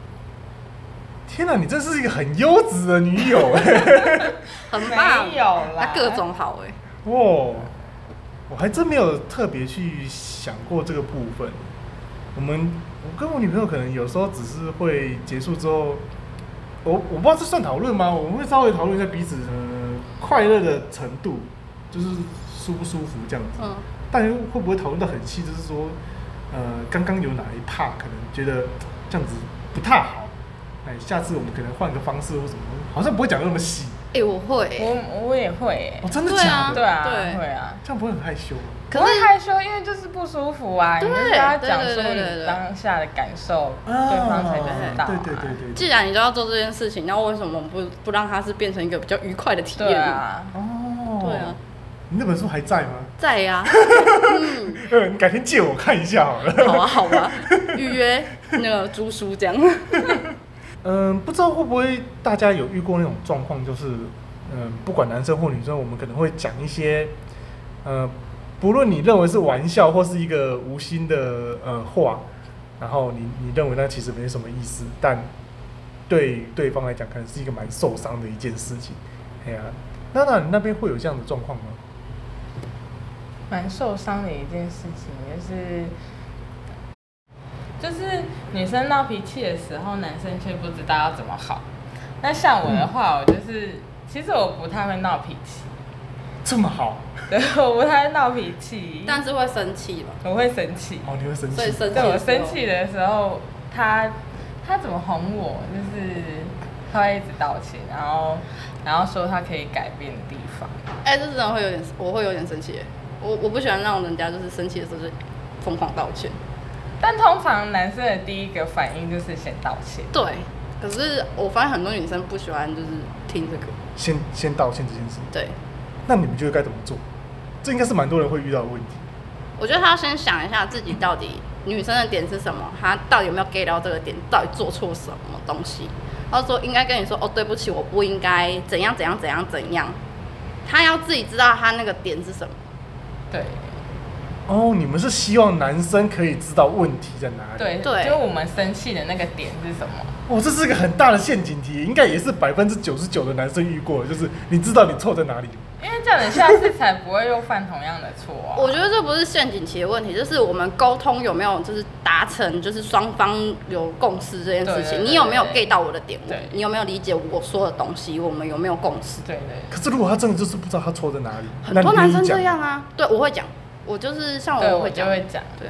Speaker 2: 天哪、你真是一个很优质的女友欸
Speaker 1: 很棒。
Speaker 3: 没有啦
Speaker 1: 他，各种好哎、
Speaker 2: 哇、哦我还真没有特别去想过这个部分。我们我跟我女朋友可能有时候只是会结束之后，我我不知道这算讨论吗？我们会稍微讨论一下彼此呃快乐的程度，就是舒不舒服这样子。
Speaker 1: 嗯，
Speaker 2: 但又会不会讨论到很细？就是说，呃，刚刚有哪一 part 可能觉得这样子不太好，哎，下次我们可能换个方式或什么，好像不会讲得那么细。
Speaker 1: 哎、我会、欸，
Speaker 3: 我我也会耶、
Speaker 2: 哦，真的
Speaker 1: 对
Speaker 2: 假
Speaker 1: 啊
Speaker 2: 的？
Speaker 3: 对啊，
Speaker 1: 对
Speaker 3: 会啊。
Speaker 2: 这样不会很害羞吗？
Speaker 1: 可
Speaker 3: 可
Speaker 1: 是
Speaker 3: 是害羞，因为就是不舒服啊，
Speaker 1: 对
Speaker 3: 你就跟他讲
Speaker 1: 对
Speaker 3: 说
Speaker 1: 对对对对
Speaker 3: 你当下的感受，
Speaker 2: 啊
Speaker 3: 对方才知道、啊。
Speaker 2: 对对对对
Speaker 1: 既然你都要做这件事情，那为什么不不让他是变成一个比较愉快的体
Speaker 3: 对
Speaker 1: 验？
Speaker 3: 啊，
Speaker 2: 哦，
Speaker 1: 对啊，
Speaker 2: 你那本书还在吗？
Speaker 1: 在呀、
Speaker 2: 呃，你改天借我看一下好了。
Speaker 1: 好啊好啊，预约那个租书这样。
Speaker 2: 嗯，不知道会不会大家有遇过那种状况，就是嗯，不管男生或女生，我们可能会讲一些呃，不论你认为是玩笑或是一个无心的呃话，然后你你认为那其实没什么意思，但对对方来讲，可能是一个蛮受伤的一件事情。哎呀、娜娜，你那边会有这样的状况吗？
Speaker 3: 蛮受伤的一件事情，就是就是女生闹脾气的时候，男生却不知道要怎么好。那像我的话，我就是其实我不太会闹脾气，
Speaker 2: 这么好
Speaker 3: 对，我不太会闹脾气，
Speaker 1: 但是会生气吧？
Speaker 3: 我会生气。
Speaker 2: 哦，你会生气？
Speaker 1: 所以生气的时
Speaker 3: 对
Speaker 1: 候，
Speaker 3: 我生气的时候，他他怎么哄我，就是他会一直道歉，然后然后说他可以改变的地方。
Speaker 1: 哎、这真的会有点，我会有点生气欸。我我不喜欢让人家就是生气的时候就疯狂道歉。
Speaker 3: 但通常男生的第一个反应就是先道歉，
Speaker 1: 对，可是我发现很多女生不喜欢就是听这个。
Speaker 2: 先先道歉这件事，
Speaker 1: 对，
Speaker 2: 那你们觉得该怎么做？这应该是蛮多人会遇到的问题。
Speaker 1: 我觉得她要先想一下自己到底女生的点是什么，她到底有没有 get 到这个点，到底做错什么东西。她说应该跟你说哦，对不起，我不应该怎样怎样怎样怎样。她要自己知道她那个点是什么。
Speaker 3: 对
Speaker 2: 哦，你们是希望男生可以知道问题在哪里？，
Speaker 3: 对
Speaker 1: 对
Speaker 3: 就我们生气的那个点是什么？
Speaker 2: 哦，这是一个很大的陷阱题，应该也是百分之九十九的男生遇过的，就是你知道你错在哪里。
Speaker 3: 因为这样你下次才不会又犯同样的错啊。
Speaker 1: 我觉得这不是陷阱期的问题，就是我们沟通有没有就是达成，就是双方有共识这件事情。
Speaker 3: 对对对
Speaker 1: 你有没有
Speaker 3: 对
Speaker 1: get 到我的点？
Speaker 3: 对
Speaker 1: 你有没有理解我说的东西？我们有没有共识？
Speaker 3: 对对
Speaker 2: 可是如果他真的就是不知道他错在哪里，
Speaker 1: 很
Speaker 2: 那
Speaker 1: 多
Speaker 2: 你愿
Speaker 1: 男
Speaker 2: 意
Speaker 1: 生
Speaker 2: 讲
Speaker 1: 这样啊，对我会讲，我就是像
Speaker 3: 对，
Speaker 1: 我
Speaker 3: 我
Speaker 1: 会
Speaker 3: 就
Speaker 1: 讲，
Speaker 3: 会讲。
Speaker 1: 对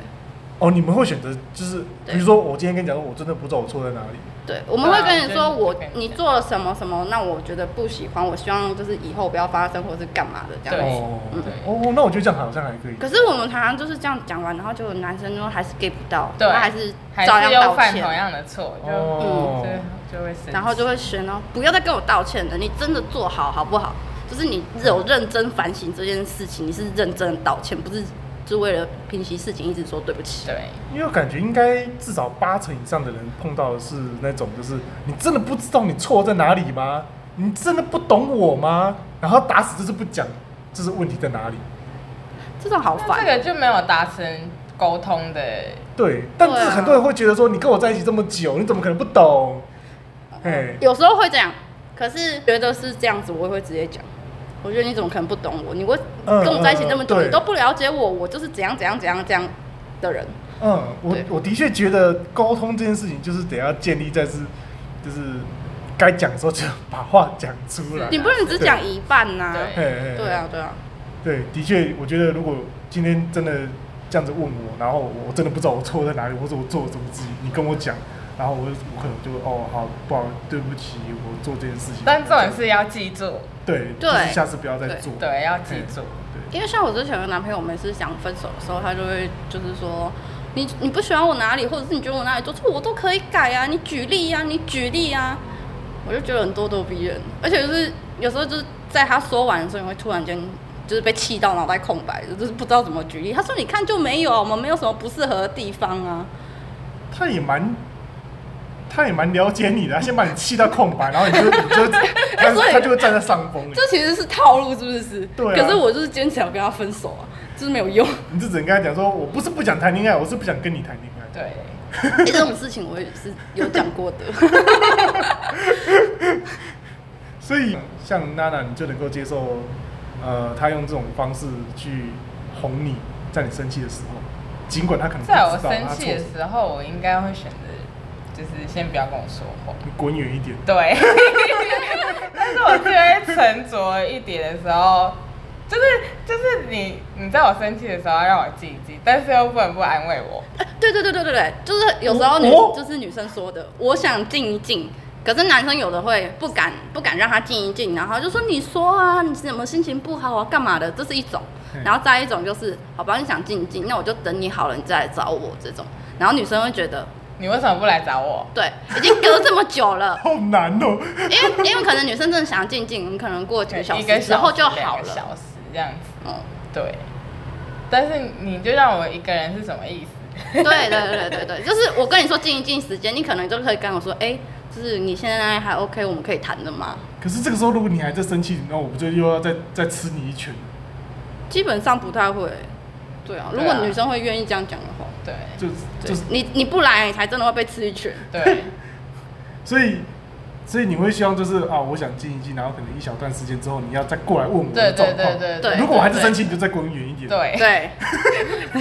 Speaker 2: 哦，你们会选择就是，
Speaker 1: 对
Speaker 2: 比如说我今天跟你讲说，我真的不知道我错在哪里，
Speaker 1: 对，我们会
Speaker 3: 对啊
Speaker 1: 跟你说
Speaker 3: 对
Speaker 1: 我
Speaker 3: 就跟你
Speaker 1: 你
Speaker 3: 讲
Speaker 1: 做了什么什么，那我觉得不喜欢，我希望就是以后不要发生或是干嘛的这样
Speaker 3: 对
Speaker 1: 子。
Speaker 2: 哦
Speaker 1: 嗯
Speaker 2: 哦，那我觉得这样好像还可以。
Speaker 1: 可是我们常常就是这样讲完，然后就有男生就还是 get 不到，
Speaker 3: 对
Speaker 1: 他还是
Speaker 3: 还
Speaker 1: 照
Speaker 3: 是
Speaker 1: 样
Speaker 3: 又
Speaker 1: 道
Speaker 3: 犯
Speaker 1: 歉，
Speaker 3: 同样的错，就、
Speaker 2: 哦
Speaker 3: 对，就会生气。
Speaker 1: 然后就会选哦，不要再跟我道歉了，你真的做好好不好？就是你有认真反省这件事情，你是认真的道歉，不是就为了平息事情一直说对不起。
Speaker 3: 对，
Speaker 2: 因为我感觉应该至少八成以上的人碰到的是那种，就是你真的不知道你错在哪里吗？你真的不懂我吗？然后打死就是不讲，这是问题在哪里？
Speaker 1: 这种好
Speaker 3: 那
Speaker 1: 烦
Speaker 3: 这。个就没有达成沟通的，
Speaker 2: 对，但
Speaker 1: 对啊
Speaker 2: 是很多人会觉得说，你跟我在一起这么久，你怎么可能不懂？
Speaker 1: 呃
Speaker 2: 哎，
Speaker 1: 有时候会这样，可是觉得是这样子，我也会直接讲。我觉得你怎么可能不懂我？你我
Speaker 2: 嗯
Speaker 1: 跟我在一起那么久，
Speaker 2: 嗯嗯
Speaker 1: 你都不了解我，我就是怎样怎样怎样怎样的人。
Speaker 2: 嗯，我
Speaker 1: 对
Speaker 2: 我的确觉得沟通这件事情就是得要建立在是，就是该讲的时候就把话讲出来
Speaker 3: 对。
Speaker 1: 你不能只讲一半呐、
Speaker 3: 对
Speaker 2: 哎
Speaker 1: 对啊，对啊，
Speaker 2: 对，的确，我觉得如果今天真的这样子问我，然后我真的不知道我错在哪里，或者我做了什么事情，你跟我讲，然后我我可能就哦好，不好，对不起，我做这件事情。
Speaker 3: 但重点是要记住，
Speaker 2: 对，
Speaker 1: 对
Speaker 2: 就是下次不要再做。
Speaker 3: 对，要记住。
Speaker 1: 因为像我之前的男朋友，每次想分手的时候，他就会就是说，你你不喜欢我哪里，或者是你觉得我哪里做错，我都可以改啊，你举例啊，你举例啊，我就觉得很咄咄逼人，而且就是有时候就是在他说完的时候，你会突然间就是被气到脑袋空白，就是不知道怎么举例。他说你看就没有啊，我们没有什么不适合的地方啊，
Speaker 2: 他也蛮，他也蛮了解你的，他啊先把你气到空白，然后你就你就他
Speaker 1: 所以
Speaker 2: 他就会站在上风里
Speaker 1: 这，其实是套路是不是？
Speaker 2: 对啊
Speaker 1: 可是我就是坚持要跟他分手啊，就是没有 用。
Speaker 2: 你就只能跟他讲说，我不是不想谈恋爱，我是不想跟你谈恋爱。
Speaker 3: 对，
Speaker 1: 欸这种事情我也是有讲过的。
Speaker 2: 所以像娜娜，你就能够接受，呃，他用这种方式去哄你，在你生气的时候，尽管他可能不知
Speaker 3: 在
Speaker 2: 道
Speaker 3: 我生
Speaker 2: 他错
Speaker 3: 气的
Speaker 2: 了，
Speaker 3: 时候，我应该会选择就是先不要跟我说话。
Speaker 2: 你滚远一点。
Speaker 3: 对， 但是我就会沉着一点的时候，就是就是你你在我生气的时候要让我记一记，但是又不能不安慰我。
Speaker 1: 对对对对对对，就是有时候女、
Speaker 2: 哦
Speaker 1: 就是女生说的，我想静一静，可是男生有的会不敢不敢让她静一静，然后就说你说啊，你怎么心情不好啊，干嘛的？这是一种
Speaker 2: 嗯，
Speaker 1: 然后再一种就是，好吧，你想静一静，那我就等你好了，你再来找我这种。然后女生会觉得，
Speaker 3: 你为什么不来找我？
Speaker 1: 对，已经隔这么久了，
Speaker 2: 好难哦、
Speaker 1: 因为因为可能女生真的想静静，你可能过几个小
Speaker 3: 一个
Speaker 1: 时之后就
Speaker 3: 两
Speaker 1: 好
Speaker 3: 个
Speaker 1: 了。
Speaker 3: 小时这样子。
Speaker 1: 嗯，
Speaker 3: 对，但是你就让我一个人是什么意思？
Speaker 1: 对对对对对，就是我跟你说静一静时间，你可能就可以跟我说，哎、就是你现在还 OK，我们可以谈的吗？
Speaker 2: 可是这个时候，如果你还在生气，那我不就又要再再吃你一拳？
Speaker 1: 基本上不太会。对啊，
Speaker 3: 对
Speaker 1: 如
Speaker 3: 啊
Speaker 1: 果女生会愿意这样讲的话，
Speaker 3: 对
Speaker 2: 就
Speaker 1: 对
Speaker 2: 就是，
Speaker 1: 你你不来，你才真的会被吃一拳。
Speaker 3: 对
Speaker 2: 所以所以你会希望就是啊，我想静一静，然后可能一小段时间之后，你要再过来问我
Speaker 3: 对
Speaker 2: 的状
Speaker 3: 对
Speaker 2: 况。
Speaker 3: 对对
Speaker 1: 对
Speaker 2: 如果我还是生气，你就再滚远一点。，
Speaker 3: 对，
Speaker 1: 对，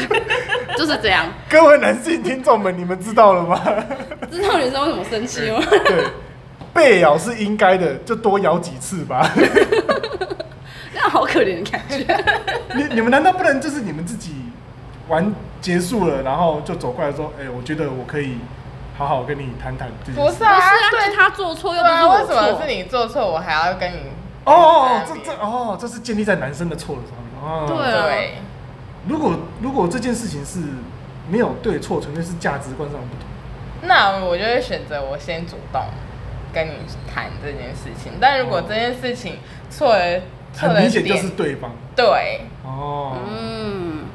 Speaker 1: 就是这样。
Speaker 2: 各位男性听众们，你们知道了吗？
Speaker 1: 知道女生为什么生气吗？
Speaker 2: 对，被咬是应该的，就多咬几次吧。
Speaker 1: 那样好可怜的感 觉。
Speaker 2: 你你们难道不能就是你们自己玩结束了，然后就走过来说，哎、我觉得我可以好好跟你谈谈这件
Speaker 3: 不
Speaker 2: 事。
Speaker 3: 是
Speaker 1: 不是
Speaker 3: 啊，
Speaker 1: 啊，
Speaker 3: 对
Speaker 1: 是他做错，又
Speaker 3: 对
Speaker 1: 不是
Speaker 3: 啊，为
Speaker 1: 我
Speaker 3: 什么
Speaker 1: 错
Speaker 3: 是。你做错，我还要跟你？
Speaker 2: 哦哦，这
Speaker 3: 跟你
Speaker 2: 这哦，这是建立在男生的错的上面。哦，
Speaker 1: 对啊
Speaker 3: 对
Speaker 2: 如果如果这件事情是没有对错，纯粹是价值观上的不同，
Speaker 3: 那我就会选择我先主动跟你谈这件事情。但如果这件事情错了，错
Speaker 2: 很
Speaker 3: 了
Speaker 2: 明显就是
Speaker 3: 点，
Speaker 2: 对方。
Speaker 3: 对
Speaker 2: 哦，
Speaker 1: 嗯，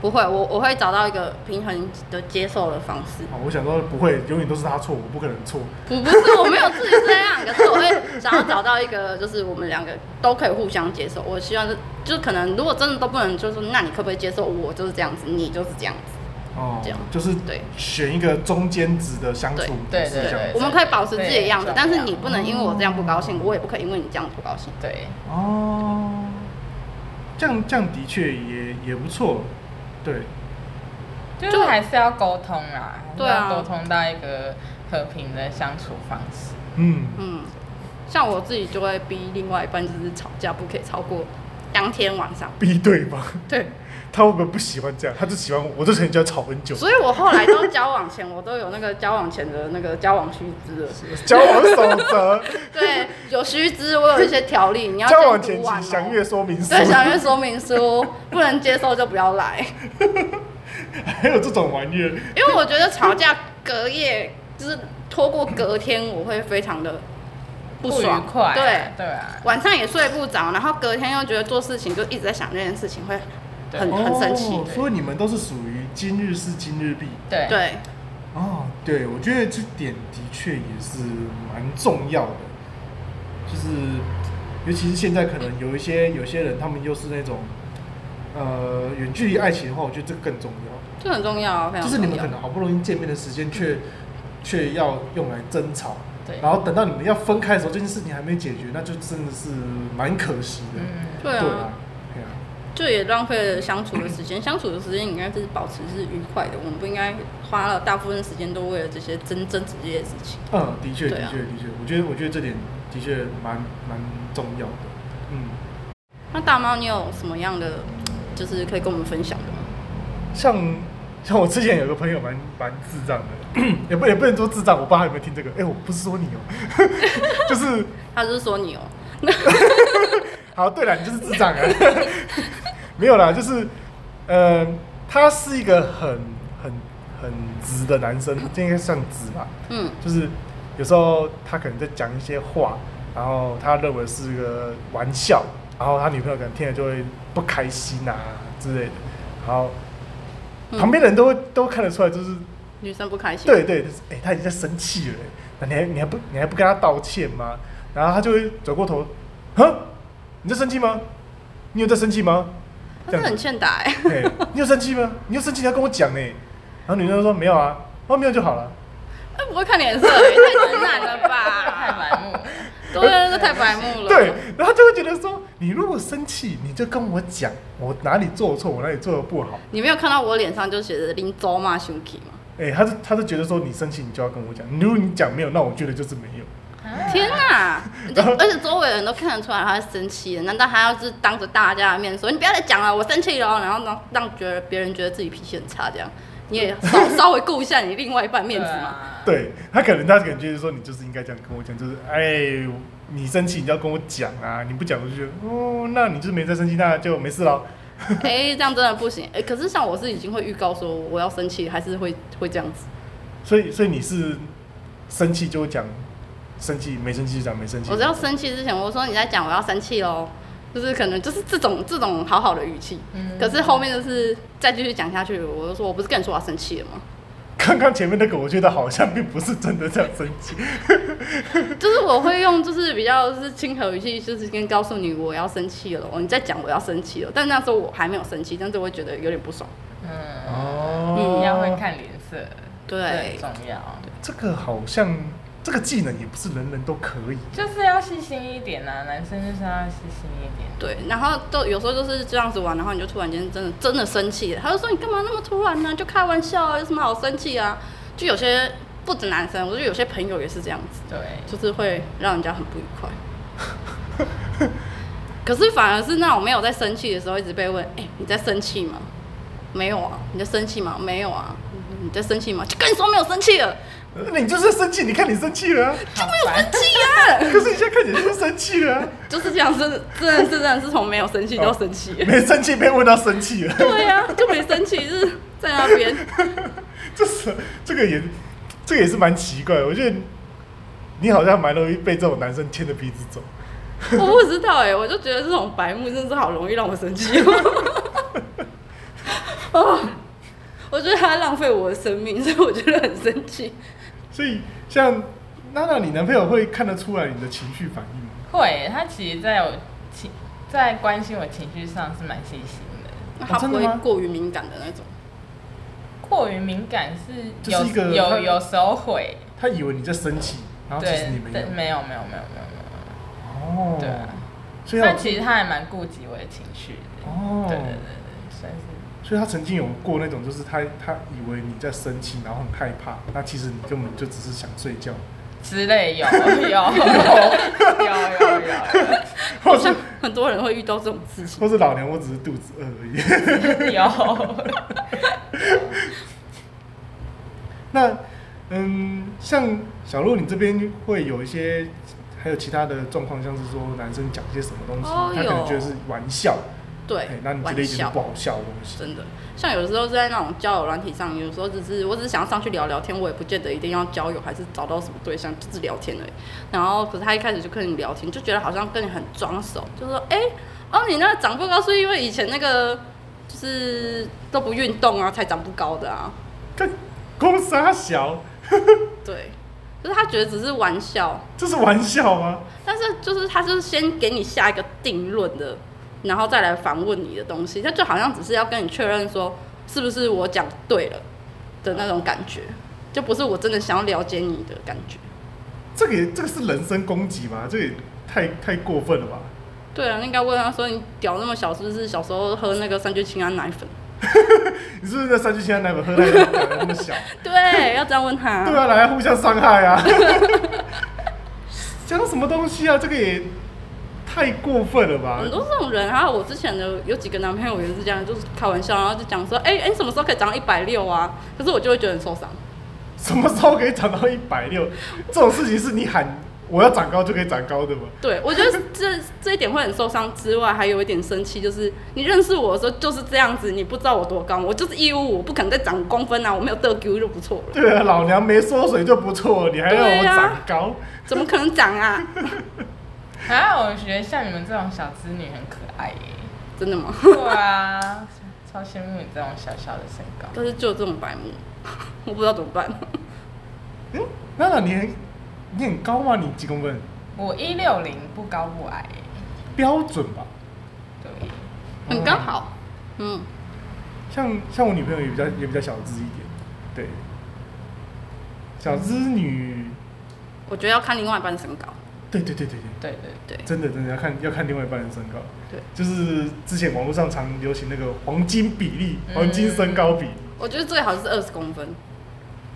Speaker 1: 不会，我我会找到一个平衡的接受的方式。
Speaker 2: 哦我想说不会，永远都是他错，我不可能错。
Speaker 1: 不不是，我没有自己这样，可是我会想要找到一个，就是我们两个都可以互相接受。我希望是，就可能如果真的都不能，就是说那你可不可以接受我就是这样子，你就是这样子。
Speaker 2: 哦
Speaker 1: 这样，
Speaker 2: 就是
Speaker 1: 对
Speaker 2: 选一个中间值的相处
Speaker 3: 对
Speaker 2: 模式
Speaker 3: 对
Speaker 2: 这样
Speaker 3: 对
Speaker 1: 我们可以保持自己的
Speaker 2: 啊
Speaker 1: 样子
Speaker 3: 对，
Speaker 1: 但是你不能因为我这样不高兴，我也不可以因为你这样不高兴。
Speaker 3: 对，
Speaker 2: 哦，这样这样的确也也不错，对，
Speaker 3: 就是还是要沟通啦，还是
Speaker 1: 对啊
Speaker 3: 要沟通到一个和平的相处方式。
Speaker 2: 嗯，
Speaker 1: 嗯，像我自己就会逼另外一半，就是吵架不可以超过当天晚上。
Speaker 2: 逼对方，
Speaker 1: 对，
Speaker 2: 他会不会不喜欢这样？他就喜欢我，我这成就要吵很久，
Speaker 1: 所以我后来都交往前，我都有那个交往前的那个交往须知了。
Speaker 2: 交往守则，
Speaker 1: 对，有须知，我有一些条例，你要
Speaker 2: 交
Speaker 1: 先
Speaker 2: 往前
Speaker 1: 读完
Speaker 2: 请详
Speaker 1: 哦
Speaker 2: 阅说明书，
Speaker 1: 对，详阅说明书，不能接受就不要来。
Speaker 2: 还有这种玩意儿，
Speaker 1: 因为我觉得吵架隔夜就是拖过隔天，我会非常的不爽，
Speaker 3: 愉快啊，
Speaker 1: 对，
Speaker 3: 对啊，
Speaker 1: 晚上也睡不着，然后隔天又觉得做事情就一直在想这件事情，会
Speaker 3: 对
Speaker 1: 很很生气。
Speaker 2: 哦所以你们都是属于今日事今日毕
Speaker 3: 对
Speaker 1: 对，
Speaker 2: 哦，对，我觉得这点的确也是蛮重要的，就是尤其是现在可能有一些有些人，他们又是那种呃远距离爱情的话，我觉得这个更重要，
Speaker 1: 这很重要啊，非常重要。
Speaker 2: 就
Speaker 1: 嗯
Speaker 2: 是你们可能好不容易见面的时间，却却要用来争吵，
Speaker 3: 对
Speaker 2: 然后等到你们要分开的时候，这件事情还没解决，那就真的是蛮可惜的。
Speaker 3: 嗯，
Speaker 1: 对
Speaker 2: 对
Speaker 1: 啊
Speaker 2: 啊，，对啊
Speaker 1: 就也浪费了相处的时间。相处的时间应该是保持是愉快的，我们不应该花了大部分时间都为了这些争争执这些事情。
Speaker 2: 嗯，的确，的
Speaker 1: 对啊
Speaker 2: 确，的确，我觉得我觉得这点的确蛮蛮重要的，嗯。
Speaker 1: 那大猫，你有什么样的就是可以跟我们分享的吗？
Speaker 2: 像像我之前有个朋友蛮蛮智障的， 也不也不能说智障，我不知道他有没有听这个。哎、我不是说你哦、 就是
Speaker 1: 他就是说你哦、
Speaker 2: 好，对了，你就是智障啊， 没有啦，就是呃，他是一个很很很直的男生，这应该算直吧，
Speaker 1: 嗯，
Speaker 2: 就是有时候他可能在讲一些话，然后他认为是个玩笑，然后他女朋友可能听了就会不开心啊之类的，然后
Speaker 1: 嗯
Speaker 2: 旁边的人都会都看得出来，就是。
Speaker 1: 女生不开心。
Speaker 2: 对对，就是哎、他已经在生气了、那你还你还不你还不跟他道歉吗？然后他就会转过头，哼，你在生气吗？你有在生气吗？
Speaker 1: 他是很欠打哎、
Speaker 2: 哎、你有生气吗？你有生气你要跟我讲呢、然后女生就说没有啊，哦没有就好了。
Speaker 1: 他 不会看脸色、欸，太直男了
Speaker 3: 太
Speaker 1: 吧？
Speaker 3: 白目了，
Speaker 1: 对啊，这太白目了。
Speaker 2: 对，然后他就会觉得说，你如果生气，你就跟我讲，我哪里做错，我哪里做的不好。
Speaker 1: 你没有看到我脸上就写着“林州骂凶 k 吗？
Speaker 2: 哎、他就他就觉得说，你生气你就要跟我讲，如果你讲没有，那我觉得就是没有。啊
Speaker 1: 天哪、 而且周围的人都看得出来他是生气的，难道还要是当着大家的面说“你不要再讲了，我生气了”，然后让让觉得别人觉得自己脾气很差，这样你也稍稍微顾一下你另外一半 面子嘛？
Speaker 3: 嘛，
Speaker 2: 对他可能他感觉说你就是应该这样跟我讲，就是哎，你生气你就要跟我讲啊，你不讲我就觉得哦，那你就是没在生气，那就没事了。
Speaker 1: 哎、这样真的不行。哎、可是像我是已经会预告说我要生气，还是会会这样子。
Speaker 2: 所以所以你是生气就会讲生气，没生气就讲没生气。
Speaker 1: 我只要生气之前，我说你在讲我要生气哦，就是可能就是这种这种好好的语气。
Speaker 3: 嗯
Speaker 1: 可是后面就是再继续讲下去，我就说我不是跟你说我要生气了吗？
Speaker 2: 刚刚前面那个我觉得好像并不是真的这样生气，
Speaker 1: 就是我会用就是比较就是亲和语气，就是跟告诉你我要生气了哦，你在讲我要生气了，但那时候我还没有生气，但是我会觉得有点不爽。
Speaker 3: 嗯，
Speaker 2: 哦
Speaker 3: 你要会看脸色，
Speaker 1: 对
Speaker 3: 这很，重要，
Speaker 2: 这个好像这个技能也不是人人都可以。
Speaker 3: 就是要细心一点啊，男生就是要细心一点。
Speaker 1: 对，然后都有时候就是这样子玩，然后你就突然间真的真的生气了，他就说你干嘛那么突然呢、就开玩笑啊，有什么好生气啊？就有些不止男生，我觉得有些朋友也是这样子。
Speaker 3: 对，
Speaker 1: 就是会让人家很不愉快。 可是反而是那种没有在生气的时候，一直被问：“哎、你在生气吗？”没有啊，你在生气吗？没有啊，你在生气吗？就跟你说没有生气了，
Speaker 2: 那你就是生气，你看你生气了、啊，
Speaker 3: 好烦，
Speaker 1: 气啊！
Speaker 2: 可是你现在看起来就是生气了、啊，
Speaker 1: 就是这样，真的真的是真的是从没有生气到生气。
Speaker 2: 没生气被问到生气了。
Speaker 1: 对呀、就没生气，就是在那边。
Speaker 2: 这是这个也这个也是蛮奇怪的，我觉得你好像蛮容易被这种男生牵着鼻子走。
Speaker 1: 我不知道哎、我就觉得这种白目真是好容易让我生气 哦。哦，我觉得他浪费我的生命，所以我觉得很生气。
Speaker 2: 所以像娜娜，你男朋友会看得出来你的情绪反应吗？
Speaker 3: 会，他其实在我情在关心我情绪上是蛮细心的，
Speaker 1: 那他
Speaker 2: 真
Speaker 1: 不
Speaker 2: 的
Speaker 1: 会
Speaker 2: 吗
Speaker 1: 过于敏感的那种。
Speaker 3: 过于敏感是
Speaker 2: 这
Speaker 3: 有
Speaker 2: 是一个他
Speaker 3: 有有时候会，
Speaker 2: 他以为你在生气，然后其实
Speaker 3: 对
Speaker 2: 你，没有
Speaker 3: 但。没有没有没有没有没有，
Speaker 2: 哦，
Speaker 3: 对啊，
Speaker 2: 所以
Speaker 3: 但
Speaker 2: 他
Speaker 3: 其实他还蛮顾及我的情绪的。
Speaker 2: 哦，
Speaker 3: 对对对对，算是
Speaker 2: 所以他曾经有过那种，就是他他以为你在生气，然后很害怕，那其实你根本就只是想睡觉，
Speaker 3: 之类有有有有有
Speaker 2: 或
Speaker 1: 像
Speaker 2: 是
Speaker 1: 很多人会遇到这种事情。
Speaker 2: 或是老娘我只是肚子饿而已。
Speaker 3: 有，
Speaker 2: 那嗯，像小鹿你这边会有一些，还有其他的状况，像是说男生讲一些什么东西，
Speaker 1: 哦
Speaker 2: 他可能
Speaker 1: 有
Speaker 2: 觉得是玩笑，
Speaker 1: 对
Speaker 2: 哎，那你觉
Speaker 1: 玩
Speaker 2: 得一点
Speaker 1: 笑
Speaker 2: 都不好笑的东西，
Speaker 1: 真的，像有时候在那种交友软体上，有时候只是我只是想要上去聊聊天，我也不见得一定要交友，还是找到什么对象，就是聊天而已。然后，可是他一开始就跟你聊天，就觉得好像跟你很装熟，就说：“哎、哦，你那个长不高是因为以前那个就是都不运动啊，才长不高的啊。
Speaker 2: 看公司他小，”
Speaker 1: 对，就是他觉得只是玩笑，
Speaker 2: 这是玩笑吗？
Speaker 1: 但是就是他就是先给你下一个定论的，然后再来反问你的东西，他就好像只是要跟你确认说是不是我讲对了的那种感觉，就不是我真的想要了解你的感觉。
Speaker 2: 这个也这个是人身攻击吗？这个也太太过分了吧？
Speaker 1: 对啊，那应该问他说你屌那么小，是不是小时候喝那个三 聚氰胺奶粉？
Speaker 2: 你是不是在三聚氰胺奶粉喝太多，奶那么小？
Speaker 1: 对，要这样问他。
Speaker 2: 对啊，来互相伤害啊！ 讲什么东西啊？这个也太过分了吧
Speaker 1: 很？多这种人，还有我之前的有几个男朋友也是这样，就是开玩笑，然后就讲说，哎、哎、你什么时候可以长到一百六啊？可是我就会觉得很受伤。
Speaker 2: 什么时候可以长到一百六？ 这种事情是你喊我要长高就可以长高的吗？
Speaker 1: 对，我觉得这这一点会很受伤之外，还有一点生气，就是你认识我的时候就是这样子，你不知道我多高，我就是一五五，不可能再长五公分啊，我没有得 Q 就不错了，
Speaker 2: 对啊，老娘没缩水就不错，你还让我
Speaker 1: 对啊
Speaker 2: 长高？
Speaker 1: 怎么可能长啊？
Speaker 3: 啊，我觉得像你们这种小资女很可爱耶。
Speaker 1: 真的吗？
Speaker 3: 对啊，超羡慕你这种小小的身高。
Speaker 1: 但是就有这种白目，我不知道怎么办。
Speaker 2: 嗯，娜娜，你很你很高吗？你几公分？
Speaker 3: 我一六零，不高不矮耶。
Speaker 2: 标准吧。
Speaker 3: 对，
Speaker 1: 很刚好，嗯，
Speaker 2: 像像我女朋友也比较也比较小资一点，对，小资女，
Speaker 1: 我觉得要看另外一半身高，
Speaker 2: 对对对对对。
Speaker 3: 对对
Speaker 1: 对
Speaker 2: 真的真的要看要看另外一半的身高。
Speaker 1: 对，
Speaker 2: 就是之前网络上常流行那个黄金比例、
Speaker 3: 嗯
Speaker 2: 黄金身高比，
Speaker 1: 我觉得最好是二十公分，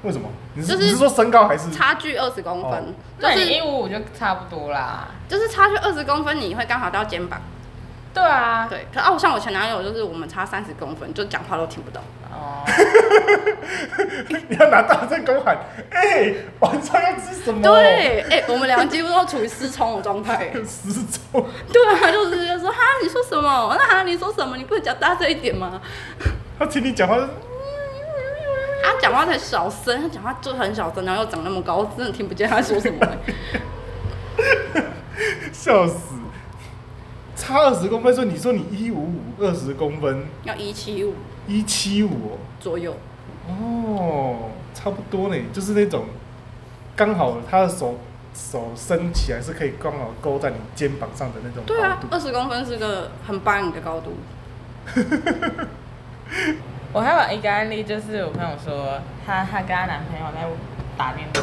Speaker 2: 为什么？你是、
Speaker 1: 就是
Speaker 2: 你是说身高还是？
Speaker 1: 差距二十公分，
Speaker 2: 哦
Speaker 1: 就
Speaker 3: 那你一
Speaker 1: 是
Speaker 3: 五五就差不多啦。
Speaker 1: 就是差距二十公分，你会刚好到肩膀。
Speaker 3: 对啊，
Speaker 1: 对，可哦，像我前男友就是我们差三十公分，就讲话都听不到。
Speaker 3: 哦，
Speaker 2: 你要拿大声公喊，哎、晚上要吃什么？，
Speaker 1: 对，哎、我们俩几乎都处于失聪的状 态。
Speaker 2: 失踪。
Speaker 1: 对啊，就是就说哈，你说什么？那哈，你说什么？你不能讲大声一点吗？
Speaker 2: 他听你讲话，
Speaker 1: 他讲话才小声，他讲话就很小声，然后又长那么高，我真的听不见他说什么、
Speaker 2: 笑死。差二十公分，所以你说你一五五，二十公分
Speaker 1: 要一七五
Speaker 2: 一七五
Speaker 1: 左右，
Speaker 2: 哦，差不多呢，就是那种刚好他的手手伸起来是可以刚好勾在你肩膀上的那种高度。
Speaker 1: 对啊，二十公分是个很棒的高度。
Speaker 3: 我还有一个案例，就是我朋友说，她她跟她男朋友在打电动，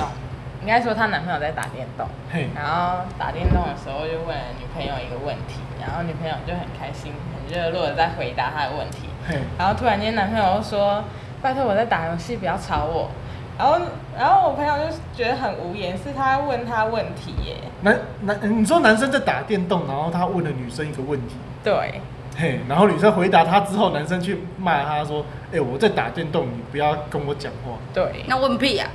Speaker 3: 应该说她男朋友在打电动，
Speaker 2: 嘿，
Speaker 3: 然后打电动的时候就问了女朋友一个问题，然后女朋友就很开心、很热络的在回答她的问题，
Speaker 2: 嘿，
Speaker 3: 然后突然间男朋友就说：“拜托我在打游戏，不要吵我。”然后然后我朋友就觉得很无言，是他问他问题耶，
Speaker 2: 男男，你说男生在打电动，然后他问了女生一个问题，
Speaker 3: 对
Speaker 2: 嘿，然后女生回答他之后，男生去骂他说：“哎、我在打电动，你不要跟我讲话。
Speaker 3: 对，
Speaker 1: 那问屁啊！”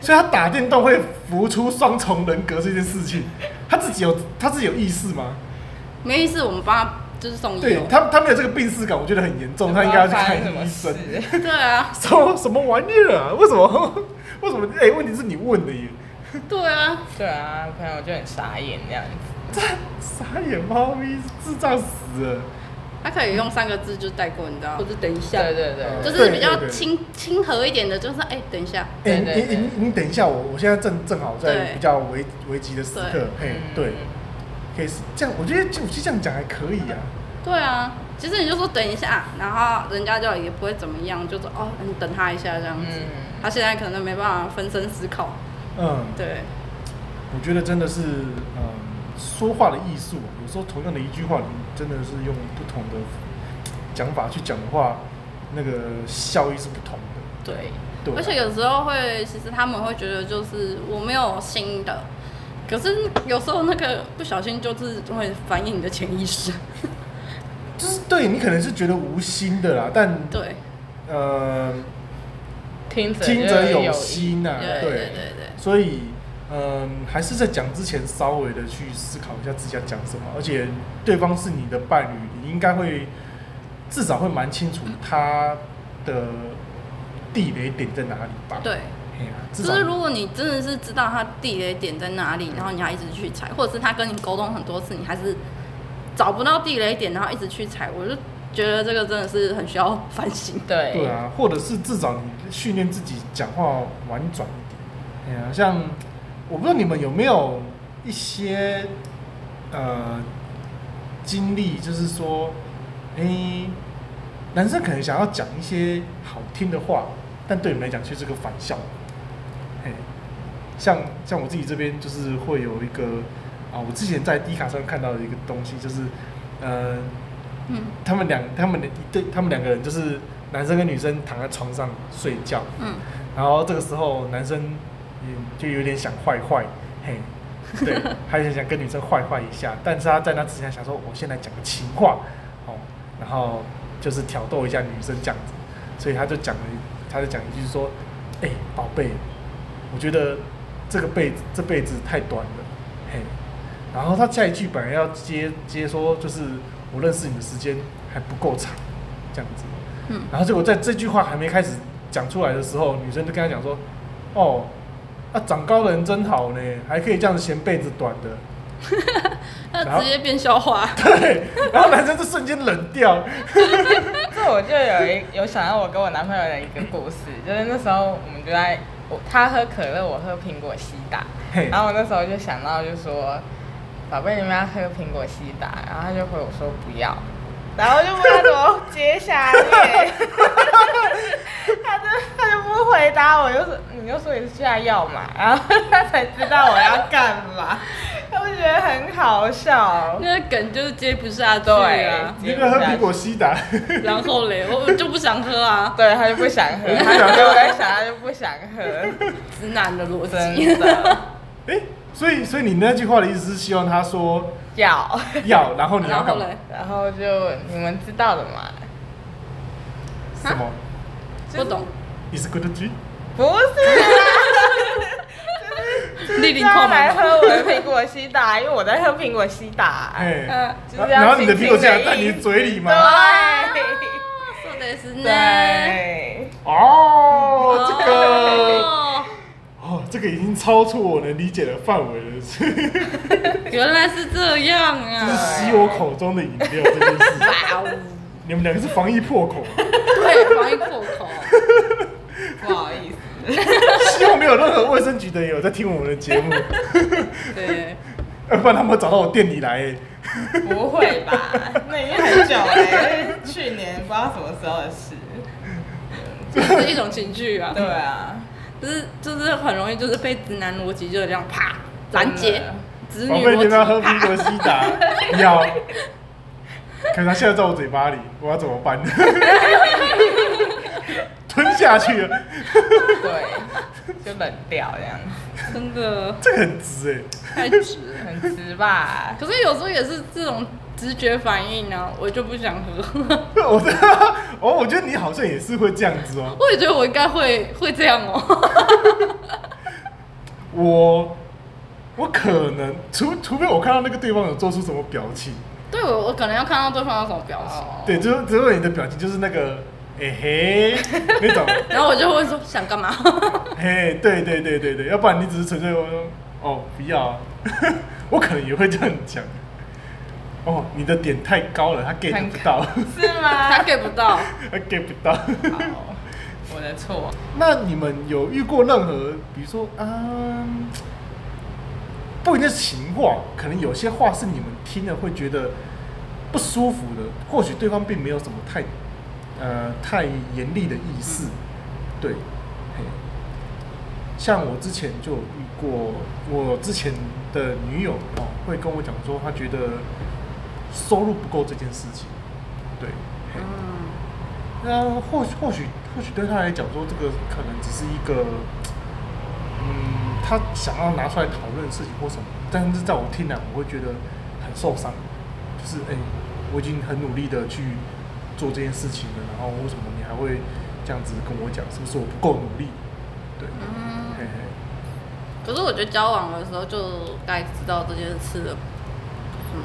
Speaker 2: 所以他打电动会浮出双重人格这件事情，他自己有他自己有意识吗？
Speaker 1: 没意思，我们帮他就是送医
Speaker 2: 对
Speaker 1: 哦。
Speaker 2: 他他没有这个病逝感，我觉得很严重，他应该要去看医 生。
Speaker 3: 事。
Speaker 1: 对啊，
Speaker 2: 什么什么玩意儿啊？为什么 为什么？哎、问题是你问的耶，
Speaker 1: 对啊，
Speaker 3: 对啊，我朋友就很傻眼这样子。
Speaker 2: 傻眼猫咪，智障死了。
Speaker 1: 他可以用三个字就带过，你知道，或者等一下，
Speaker 3: 对对对，
Speaker 1: 就
Speaker 2: 对
Speaker 1: 是
Speaker 2: 对
Speaker 1: 比较
Speaker 2: 对
Speaker 1: 亲亲和一点的，就是哎、等一下，
Speaker 2: 哎、
Speaker 3: 对对
Speaker 2: 你你你你等一下，我我现在正正好在
Speaker 1: 对
Speaker 2: 比较危危急的时刻，嘿，
Speaker 3: 嗯
Speaker 2: 对，可以是这样，我觉得就就这样讲还可以啊。
Speaker 1: 对啊，其实你就说等一下，然后人家就也不会怎么样，就说哦，你等他一下这样子。
Speaker 3: 嗯
Speaker 1: 他现在可能没办法分身思考，
Speaker 2: 嗯，
Speaker 1: 对，
Speaker 2: 我觉得真的是，嗯，说话的艺术啊，有时候同样的一句话，你真的是用不同的讲法去讲的话，那个效益是不同的。
Speaker 1: 对，
Speaker 2: 对啊、
Speaker 1: 而且有时候会，其实他们会觉得就是我没有新的，可是有时候那个不小心就是会反映你的潜意识。
Speaker 2: 就是对你可能是觉得无心的啦，但
Speaker 1: 对，
Speaker 2: 呃，
Speaker 3: 听着
Speaker 2: 听
Speaker 3: 就
Speaker 2: 者有
Speaker 3: 有意，
Speaker 2: 心呐、啊，
Speaker 1: 对对对对
Speaker 2: 所以，嗯，还是在讲之前稍微的去思考一下自己要讲什么，而且对方是你的伴侣，你应该会至少会蛮清楚他的地雷点在哪里吧？
Speaker 1: 对，
Speaker 2: 哎呀，至
Speaker 1: 就
Speaker 2: 少
Speaker 1: 是如果你真的是知道他地雷点在哪里，然后你还一直去踩，或者是他跟你沟通很多次，你还是找不到地雷点，然后一直去踩，我就觉得这个真的是很需要反省。
Speaker 3: 对
Speaker 2: 对啊，或者是至少你训练自己讲话婉转一点。哎呀，像我不知道你们有没有一些呃经历，就是说，哎、男生可能想要讲一些好听的话，但对你们来讲却是个反效。哎，像像我自己这边就是会有一个啊，我之前在 D 卡上看到的一个东西，就是呃，
Speaker 1: 嗯
Speaker 2: 他们两他们一对他们两个人就是男生跟女生躺在床上睡觉，
Speaker 1: 嗯，
Speaker 2: 然后这个时候男生也就有点想坏坏，嘿，对，他就想跟女生坏坏一下，但是他在那之前想说，我先来讲个情话，哦，然后就是挑逗一下女生这样子，所以他就讲了，他就讲一句说，哎、宝贝，我觉得这个辈子这辈子太短了，嘿，然后他下一句本来要接接说，就是我认识你的时间还不够长，这样子。
Speaker 1: 嗯，
Speaker 2: 然后结果在这句话还没开始讲出来的时候，女生就跟他讲说：“哦，啊，长高的人真好呢，还可以这样子嫌被子短的。
Speaker 1: 嗯那直接变消化”。
Speaker 2: 对，然后男生就瞬间冷掉。
Speaker 3: 这我就有一有想到我跟我男朋友的一个故事， 就是那时候我们就在我他喝可乐，我喝苹果西打，
Speaker 2: 嘿，
Speaker 3: 然后我那时候就想到就说，宝贝你们要喝苹果西打，然后他就回我说不要，然后就不知道怎么接下来， 他就他就不回答我，就说你就说你是下药嘛，然后他才知道我要干嘛，他们觉得很好笑，
Speaker 1: 那个梗就是接不下去
Speaker 3: 对
Speaker 1: 啊。
Speaker 2: 你不要喝苹果西 打，
Speaker 1: 然后嘞，我我就不想喝啊，
Speaker 3: 对他就不想喝，他就给我在想他就不想喝。
Speaker 1: 直男的逻辑。
Speaker 3: 真的
Speaker 2: 哎、所以所以你那句话的意思是希望他说
Speaker 3: 要，
Speaker 2: 要，然后你要
Speaker 1: 然
Speaker 2: 干
Speaker 1: 后
Speaker 2: 嘛？
Speaker 1: 嘞，
Speaker 3: 然后就你们知道的嘛，
Speaker 2: 什么
Speaker 1: 不懂，
Speaker 2: ？Is good to
Speaker 3: 不是啊
Speaker 1: 立零
Speaker 3: 他
Speaker 1: 控
Speaker 3: 来
Speaker 1: 吗？
Speaker 3: 喝我的苹果西打，因为我在喝苹果西打，
Speaker 2: 哎，
Speaker 1: 嗯，
Speaker 3: 就是
Speaker 2: 然
Speaker 3: 要
Speaker 2: 后你
Speaker 3: 轻
Speaker 2: 的
Speaker 3: 轻
Speaker 2: 苹果西打
Speaker 3: 地
Speaker 2: 在你
Speaker 3: 一
Speaker 2: 嘴里吗？
Speaker 1: 啊说的是
Speaker 3: 对
Speaker 1: 呢。
Speaker 3: 对，
Speaker 2: 哦，这个。
Speaker 1: 哦，
Speaker 2: 哦，这个已经超出我能理解的范围了，是
Speaker 1: 原来是这样
Speaker 2: 是
Speaker 1: 啊！
Speaker 2: 吸我口中的饮料这件 事情。
Speaker 1: 哇哦，
Speaker 2: 你们两个是防疫破口啊，
Speaker 1: 对，防疫破口，
Speaker 3: 不好意思，
Speaker 2: 希望没有任何卫生局的人有在听我们的节目，
Speaker 1: 对，
Speaker 2: 要不然他们找到我店里来、
Speaker 3: 不会吧？ 那已经很久了，去年不知道什么时候的事，
Speaker 1: 这是一种情绪啊，
Speaker 3: 对啊，
Speaker 1: 就是就是很容易就是被直男逻辑就是这样啪拦截，直女
Speaker 2: 宝贝，你们要
Speaker 1: 逻
Speaker 2: 喝
Speaker 1: 辑
Speaker 2: 苹
Speaker 1: 啪，
Speaker 2: 果西 打，要。可是他现在在我嘴巴里，我要怎么办？ 吞下去了，
Speaker 3: 对，就冷掉这样，
Speaker 1: 真的
Speaker 2: 这个很直
Speaker 1: 太
Speaker 2: 哎、
Speaker 1: 直了。
Speaker 3: 很直吧？
Speaker 1: 可是有时候也是这种直觉反应啊，我就不想喝。
Speaker 2: 我的， 哦，我觉得你好像也是会这样子哦。
Speaker 1: 我也觉得我应该会会这样哦、
Speaker 2: 我我可能除除非我看到那个对方有做出什么表情，
Speaker 1: 对我，我可能要看到对方有什么表情，
Speaker 3: 哦，
Speaker 2: 对，就是只有你的表情就是那个哎、嘿那种，
Speaker 1: 然后我就会说想干嘛？
Speaker 2: 嘿，对对对对对，要不然你只是纯粹说哦不要、啊， 我可能也会这样讲。哦，你的点太高了，他 get
Speaker 3: 很
Speaker 2: 不到，
Speaker 3: 是吗？
Speaker 1: 他 get 不到。
Speaker 2: 他 get 不到。
Speaker 3: 好，我的错。
Speaker 2: 那你们有遇过任何，比如说，嗯，不一定是情话，可能有些话是你们听了会觉得不舒服的，或许对方并没有什么太，呃，太严厉的意思，对，嘿像我之前就有遇过，我之前的女友哦，会跟我讲说，她觉得收入不够这件事情，对，嘿
Speaker 1: 嗯，
Speaker 2: 那或许或许或许对他来讲说，这个可能只是一个，嗯，他想要拿出来讨论的事情或什么，但是在我听来，我会觉得很受伤，就是哎、我已经很努力的去做这件事情了，然后为什么你还会这样子跟我讲？是不是我不够努力？对，
Speaker 1: 嗯
Speaker 2: 嘿嘿，
Speaker 1: 可是我觉得交往的时候就该知道这件事了，是吗？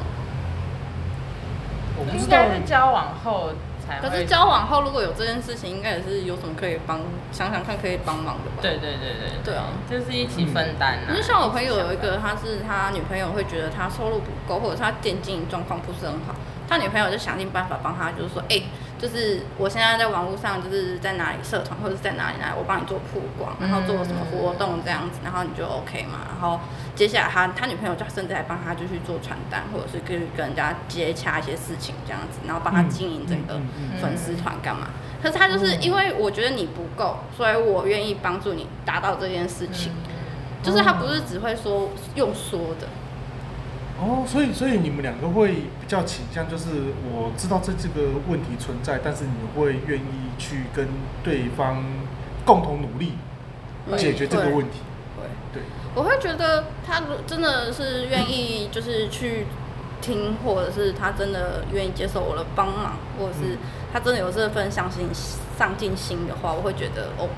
Speaker 2: 我不知
Speaker 3: 应
Speaker 2: 道
Speaker 3: 该，是交往后才会。
Speaker 1: 可是交往后如果有这件事情，应该也是有什么可以帮，想想看可以帮忙的吧？
Speaker 3: 对对对对
Speaker 1: 对啊嗯
Speaker 3: 就是一起分担啊。
Speaker 1: 因为像我朋友有一个，他是他女朋友会觉得他收入不够，或者是他电竞状况不是很好，他女朋友就想尽办法帮他，就是说，哎、就是我现在在网络上，就是在哪里社团或者是在哪里哪里，我帮你做曝光，
Speaker 2: 嗯
Speaker 1: 然后做什么活动这样子，然后你就 OK 嘛。然后接下来他他女朋友就甚至还帮他就去做传单，或者是跟跟人家接洽一些事情这样子，然后帮他
Speaker 2: 嗯
Speaker 1: 经营整个
Speaker 2: 嗯嗯
Speaker 3: 嗯
Speaker 1: 粉丝团干嘛。可是他就是因为我觉得你不够，所以我愿意帮助你达到这件事情。
Speaker 3: 嗯
Speaker 1: 就是他不是只会说用说的，
Speaker 2: 哦，所以所以你们两个会比较倾向，就是我知道这这个问题存在，但是你会愿意去跟对方共同努力
Speaker 1: 嗯
Speaker 2: 解决这个
Speaker 1: 对
Speaker 2: 问题。对，
Speaker 1: 我会觉得他如真的是愿意就是去听，或者是他真的愿意接受我的帮忙，或者是
Speaker 2: 嗯
Speaker 1: 他真的有这份相信上进心的话，我会觉得 OK。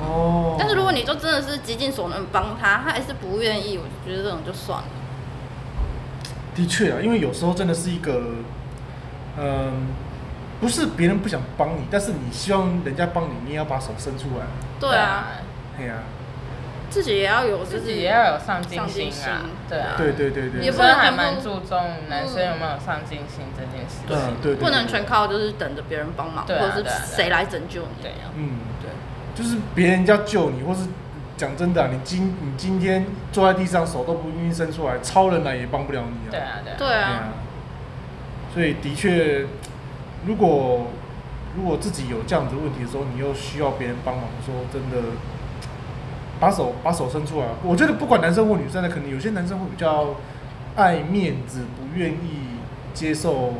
Speaker 2: 哦。
Speaker 1: 但是如果你就真的是极尽所能帮他，他还是不愿意，我觉得这种就算了。
Speaker 2: 的确啊，因为有时候真的是一个，嗯，不是别人不想帮你，但是你希望人家帮你，你也要把手伸出来。
Speaker 1: 对啊，，
Speaker 2: 嘿呀、
Speaker 1: 自己也要有，就
Speaker 3: 自
Speaker 1: 是
Speaker 3: 己也要有上进
Speaker 1: 上进
Speaker 3: 心
Speaker 1: 心
Speaker 3: 啊，对啊，
Speaker 2: 对对对对，
Speaker 1: 也
Speaker 3: 女
Speaker 1: 不
Speaker 3: 生
Speaker 1: 能
Speaker 3: 还
Speaker 1: 全部
Speaker 3: 蛮注重男生有没有上进心这件事
Speaker 2: 嗯
Speaker 3: 情。
Speaker 2: 对对
Speaker 1: 不能
Speaker 2: 对
Speaker 1: 全靠就是等着别人帮忙，
Speaker 3: 对啊
Speaker 1: 或者是
Speaker 3: 对啊对啊
Speaker 1: 谁来拯救你。
Speaker 3: 对啊
Speaker 2: 嗯，
Speaker 1: 对，
Speaker 2: 就是别人要救你，或是讲真的啊、你今你今天坐在地上手都不愿意伸出来，超人来也帮不了你啊。
Speaker 3: 对啊，对啊，
Speaker 1: 对
Speaker 2: 对
Speaker 1: 啊
Speaker 2: 啊。，所以的确，如果如果自己有这样子的问题的时候，你又需要别人帮忙的时候，真的把手把手伸出来。我觉得不管男生或女生呢，可能有些男生会比较爱面子，不愿意接受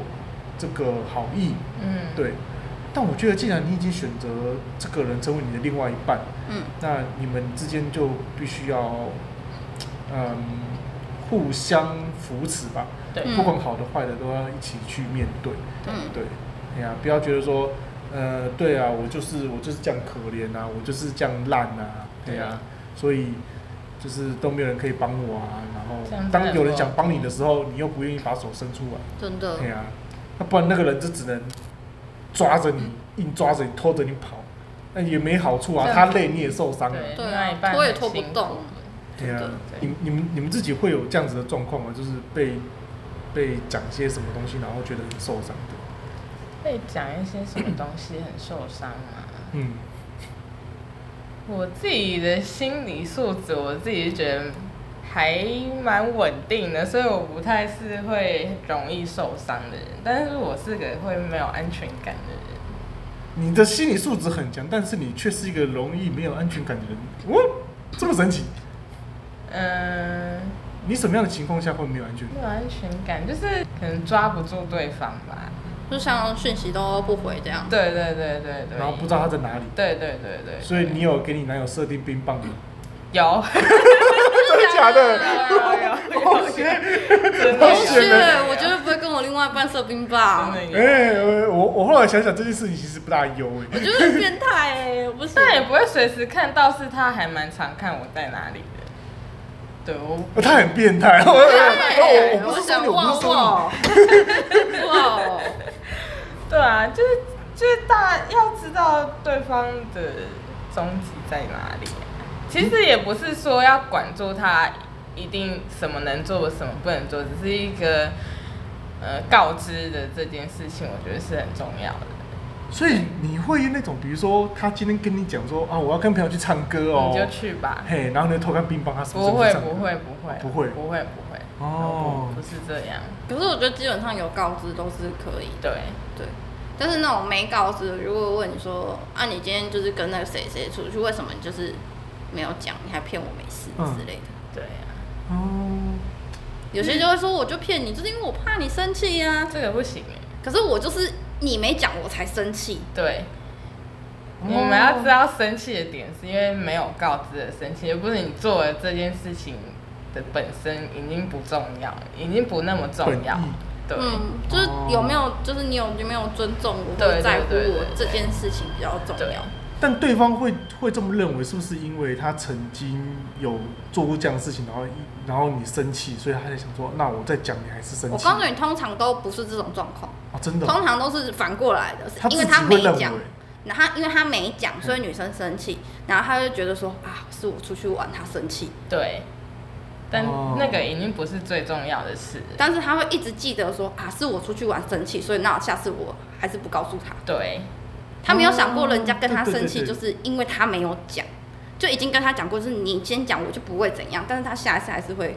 Speaker 2: 这个好意，
Speaker 3: 嗯，
Speaker 2: 对。但我觉得，既然你已经选择这个人成为你的另外一半，
Speaker 1: 嗯，
Speaker 2: 那你们之间就必须要，嗯，互相扶持吧。
Speaker 3: 对，
Speaker 1: 嗯
Speaker 2: 不管好的坏的都要一起去面对。
Speaker 1: 嗯，
Speaker 2: 对，哎呀、不要觉得说，呃，对啊，我就是我就是这样可怜啊，我就是这样烂啊，对呀、啊，所以就是都没有人可以帮我啊。
Speaker 3: 这
Speaker 2: 然
Speaker 3: 样
Speaker 2: 后
Speaker 3: 子
Speaker 2: 当
Speaker 3: 很
Speaker 2: 有
Speaker 3: 不
Speaker 2: 人想
Speaker 3: 好嗯
Speaker 2: 帮你的时候，你又不愿意把手伸出来，
Speaker 1: 真的。
Speaker 2: 对呀、啊那不然那个人就只能抓着你，硬抓着你，拖着你跑，那也没好处啊
Speaker 3: 这，样
Speaker 2: 他
Speaker 3: 子
Speaker 2: 累你也受伤啊。
Speaker 3: 对，
Speaker 1: 对啊
Speaker 3: 另外一半
Speaker 1: 拖也
Speaker 3: 很
Speaker 1: 拖不
Speaker 3: 辛苦
Speaker 1: 动
Speaker 2: 对
Speaker 1: 真
Speaker 2: 啊
Speaker 1: 的，
Speaker 2: 你你们你们自己会有这样子的状况吗？就是被被讲些什么东西，然后觉得很受伤的。
Speaker 3: 被讲一些什么东西很受伤啊？
Speaker 2: 嗯，
Speaker 3: 我自己的心理素质，我自己觉得还蛮稳定的，所以我不太是会容易受伤的人。但是我是个会没有安全感的人。
Speaker 2: 你的心理素质很强，但是你却是一个容易没有安全感的人。哇，这么神奇！
Speaker 3: 嗯，
Speaker 2: 你什么样的情况下会没有安全感？
Speaker 3: 没有安全感就是可能抓不住对方吧。
Speaker 1: 就像讯息都不回这样。
Speaker 3: 对对对对对。
Speaker 2: 然后不知道他在哪里，
Speaker 3: 对对对对。
Speaker 2: 所以你有给你男友设定冰棒吗？
Speaker 3: 有啊
Speaker 2: 真的假的？
Speaker 3: 有啊有有，真
Speaker 1: 不
Speaker 3: 的
Speaker 1: 是，
Speaker 2: 选了
Speaker 1: 我绝对不会跟我另外一半设冰
Speaker 3: 真
Speaker 1: 棒，
Speaker 3: 的
Speaker 2: 哎、
Speaker 3: 有。
Speaker 2: 我我后来想想这件事情其实不大优哎、
Speaker 1: 我觉得很变态哎、我不是。
Speaker 3: 但也不会随时看到，是他还蛮常看我在哪里的。对，我
Speaker 2: 哦他很变态。
Speaker 1: 对
Speaker 2: 我哦我我不
Speaker 1: 我
Speaker 2: 是说
Speaker 1: 想
Speaker 2: 你，我不是
Speaker 1: 哇
Speaker 2: 说
Speaker 1: 哇
Speaker 2: 你。
Speaker 1: 哇，哦
Speaker 3: 对啊，就是就是大家要知道对方的终极在哪里啊、其实也不是说要管住他一定什么能做，什么不能做，只是一个呃告知的这件事情，我觉得是很重要的。
Speaker 2: 所以你会那种，比如说他今天跟你讲说啊，我要跟朋友去唱歌哦，
Speaker 3: 你就去吧。
Speaker 2: 嘿，然后你就偷看冰棒，他什么时
Speaker 3: 不
Speaker 2: 候
Speaker 3: 会
Speaker 2: 去唱歌
Speaker 3: 不会不会
Speaker 2: 不会
Speaker 3: 不会不会
Speaker 2: 哦
Speaker 3: 我不不是这样，
Speaker 1: 可是我觉得基本上有告知都是可以的，
Speaker 3: 对
Speaker 1: 对。但是那种没告知的，如果问你说啊，你今天就是跟那个谁谁出去，为什么你就是没有讲，你还骗我没事
Speaker 2: 嗯
Speaker 1: 之类的。
Speaker 3: 对啊，
Speaker 2: 哦，
Speaker 1: 有些就会说，我就骗你，就是因为我怕你生气呀、
Speaker 3: 这个不行哎。
Speaker 1: 可是我就是你没讲，我才生气。
Speaker 3: 对，
Speaker 2: 哦
Speaker 3: 我们要知道生气的点是因为没有告知而生气，而不是你做了这件事情的本身已经不重要，已经不那么重
Speaker 2: 本意
Speaker 3: 要。对，
Speaker 1: 嗯，就是有没有，就是你有有没有尊重我，
Speaker 3: 对
Speaker 1: 或者在乎
Speaker 3: 对对对
Speaker 1: 我这件事情比较重
Speaker 3: 对
Speaker 1: 要。
Speaker 2: 但对方会会这么认为，是不是因为他曾经有做过这样的事情，然后一然后你生气，所以他在想说，那我再讲你还是生气？
Speaker 1: 我告诉你，通常都不是这种状况，
Speaker 2: 哦，真的哦，
Speaker 1: 通常都是反过来的，是
Speaker 2: 自
Speaker 1: 因为
Speaker 2: 己
Speaker 1: 他
Speaker 2: 会
Speaker 1: 没
Speaker 2: 认为
Speaker 1: 讲，然后他因为他没讲，所以女生生气，然后他就觉得说啊，是我出去玩，他生气，
Speaker 3: 对，但
Speaker 2: 哦
Speaker 3: 那个已经不是最重要的事。
Speaker 1: 但是他会一直记得说啊，是我出去玩生气，所以那我下次我还是不告诉他。
Speaker 3: 哦对，
Speaker 1: 他没有想过人家跟他
Speaker 2: 哦对对
Speaker 1: 生气，
Speaker 2: 对对
Speaker 1: 就是因为他没有讲，就已经跟他讲过，就是你先讲我就不会怎样，但是他下一次还是会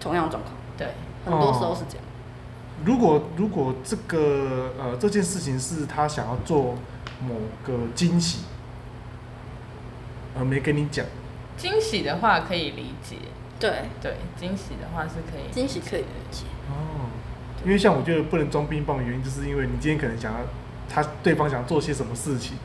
Speaker 1: 同样的状况，
Speaker 3: 对，
Speaker 1: 很多时候是这样。
Speaker 2: 如果如果这个呃这件事情是他想要做某个惊喜，而没跟你讲，
Speaker 3: 惊喜的话可以理解，
Speaker 1: 对，
Speaker 3: 对，惊喜的话是可以。
Speaker 1: 惊喜可以理解。
Speaker 2: 哦，因为像我觉得不能装冰棒的原因，就是因为你今天可能想要他对方想做些什么事情，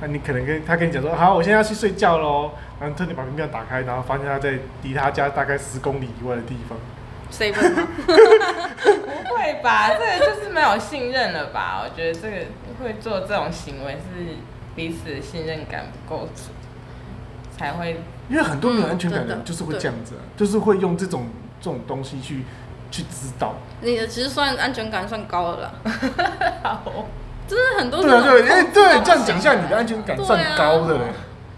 Speaker 2: 那你可能跟他跟你讲说，好，我现在要去睡觉喽，然后特地把冰棒打开，然后发现他在离他家大概十公里以外的地方，
Speaker 1: seven 吗？
Speaker 3: 不会吧？这个就是没有信任了吧？我觉得这个会做这种行为是彼此的信任感不够足，才会
Speaker 2: 因为很多没有安全
Speaker 1: 嗯
Speaker 2: 感的
Speaker 1: 真的
Speaker 2: 人就是会这样子啊、就是会用这种这种东西去去指导。
Speaker 1: 你的其实算安全感算高了啦，
Speaker 3: 哦好。哦
Speaker 1: 就是很多
Speaker 2: 对啊，
Speaker 1: 这种
Speaker 2: 对，哎、
Speaker 1: 控制
Speaker 2: 对
Speaker 1: 到，
Speaker 2: 这样讲下，你的安全感
Speaker 1: 对啊
Speaker 2: 算高的嘞。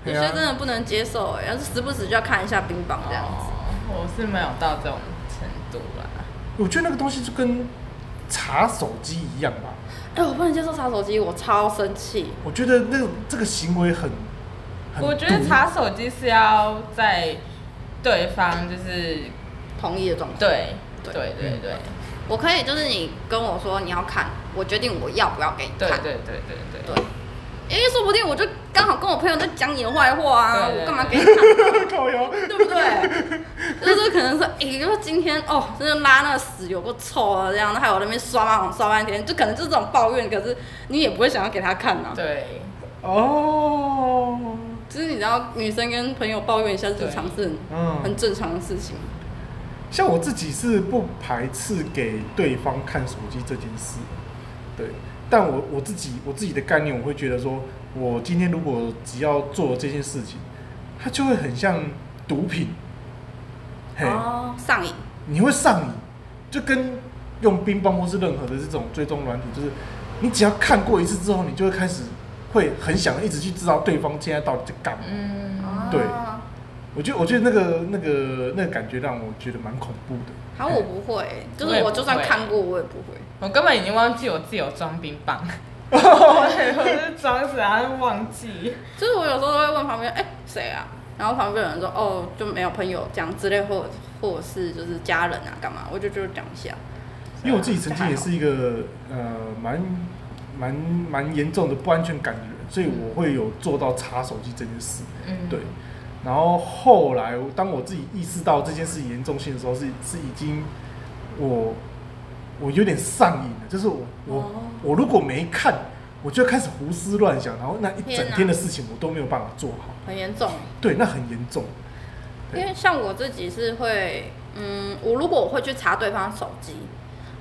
Speaker 1: 有
Speaker 2: 对
Speaker 1: 些
Speaker 2: 啊
Speaker 1: 真，的不能接受哎、要是时不时就要看一下冰棒这样子。
Speaker 3: 哦，我是没有到这种程度啦。
Speaker 2: 我觉得那个东西就跟查手机一样吧。
Speaker 1: 哎、我不能接受查手机，我超生气。
Speaker 2: 我觉得那个这个行为很，很
Speaker 3: 我觉得
Speaker 2: 毒
Speaker 3: 查手机是要在对方就是
Speaker 1: 同意的状态，
Speaker 3: 对
Speaker 1: 对
Speaker 3: 对对对
Speaker 1: 我可以就是你跟我说你要看，我决定我要不要给你
Speaker 3: 对
Speaker 1: 看。
Speaker 3: 对对对对
Speaker 1: 对，因为说不定我就刚好跟我朋友在讲你的坏话啊，
Speaker 3: 对对
Speaker 1: 我干嘛给你看，
Speaker 2: 靠腰。
Speaker 1: 对不 对？就是可能说，哎、就是今天哦，真的拉那个屎有够臭啊，这样，还有那边刷马桶刷半天，就可能就这种抱怨，可是你也不会想要给他看啊。
Speaker 3: 对，
Speaker 2: 哦，
Speaker 1: 就是你知道，女生跟朋友抱怨一下日常是很很
Speaker 2: 嗯，
Speaker 1: 正常的事情。
Speaker 2: 像我自己是不排斥给对方看手机这件事，对。但我我自己我自己的概念，我会觉得说，我今天如果只要做了这件事情，它就会很像毒品，嘿，
Speaker 1: 哦，上瘾。
Speaker 2: 你会上瘾，就跟用冰棒或是任何的这种追踪软体，就是你只要看过一次之后，你就会开始会很想一直去知道对方现在到底在干嘛。
Speaker 3: 嗯，
Speaker 2: 对
Speaker 1: 啊
Speaker 2: 我觉得，我觉得那个那个那个感觉让我觉得蛮恐怖的。
Speaker 1: 好，我不会、就
Speaker 3: 我
Speaker 1: 是
Speaker 3: 也
Speaker 1: 我
Speaker 3: 不
Speaker 1: 就算
Speaker 3: 会
Speaker 1: 看过，我也不会。
Speaker 3: 我根本已经忘记我自己有装冰棒，我就是装死，然后忘记。
Speaker 1: 就是我有时候都会问旁边，哎、谁啊？然后旁边有人说，哦，就没有朋友这样之类，或或者是就是家人啊，干嘛？我就就是讲一下。
Speaker 2: 因为我自己曾经也是一个呃蛮蛮蛮严重的不安全感的人，所以我会有做到查手机这件事。
Speaker 3: 嗯，
Speaker 2: 对，然后后来当我自己意识到这件事严重性的时候，是是已经我我有点上瘾了，就是我我、
Speaker 1: 哦
Speaker 2: 我如果没看，我就开始胡思乱想，然后那一整
Speaker 1: 天哪
Speaker 2: 天的事情我都没有办法做好，
Speaker 1: 很严重，
Speaker 2: 对，那很严重。
Speaker 1: 因为像我自己是会，嗯，我如果我会去查对方手机，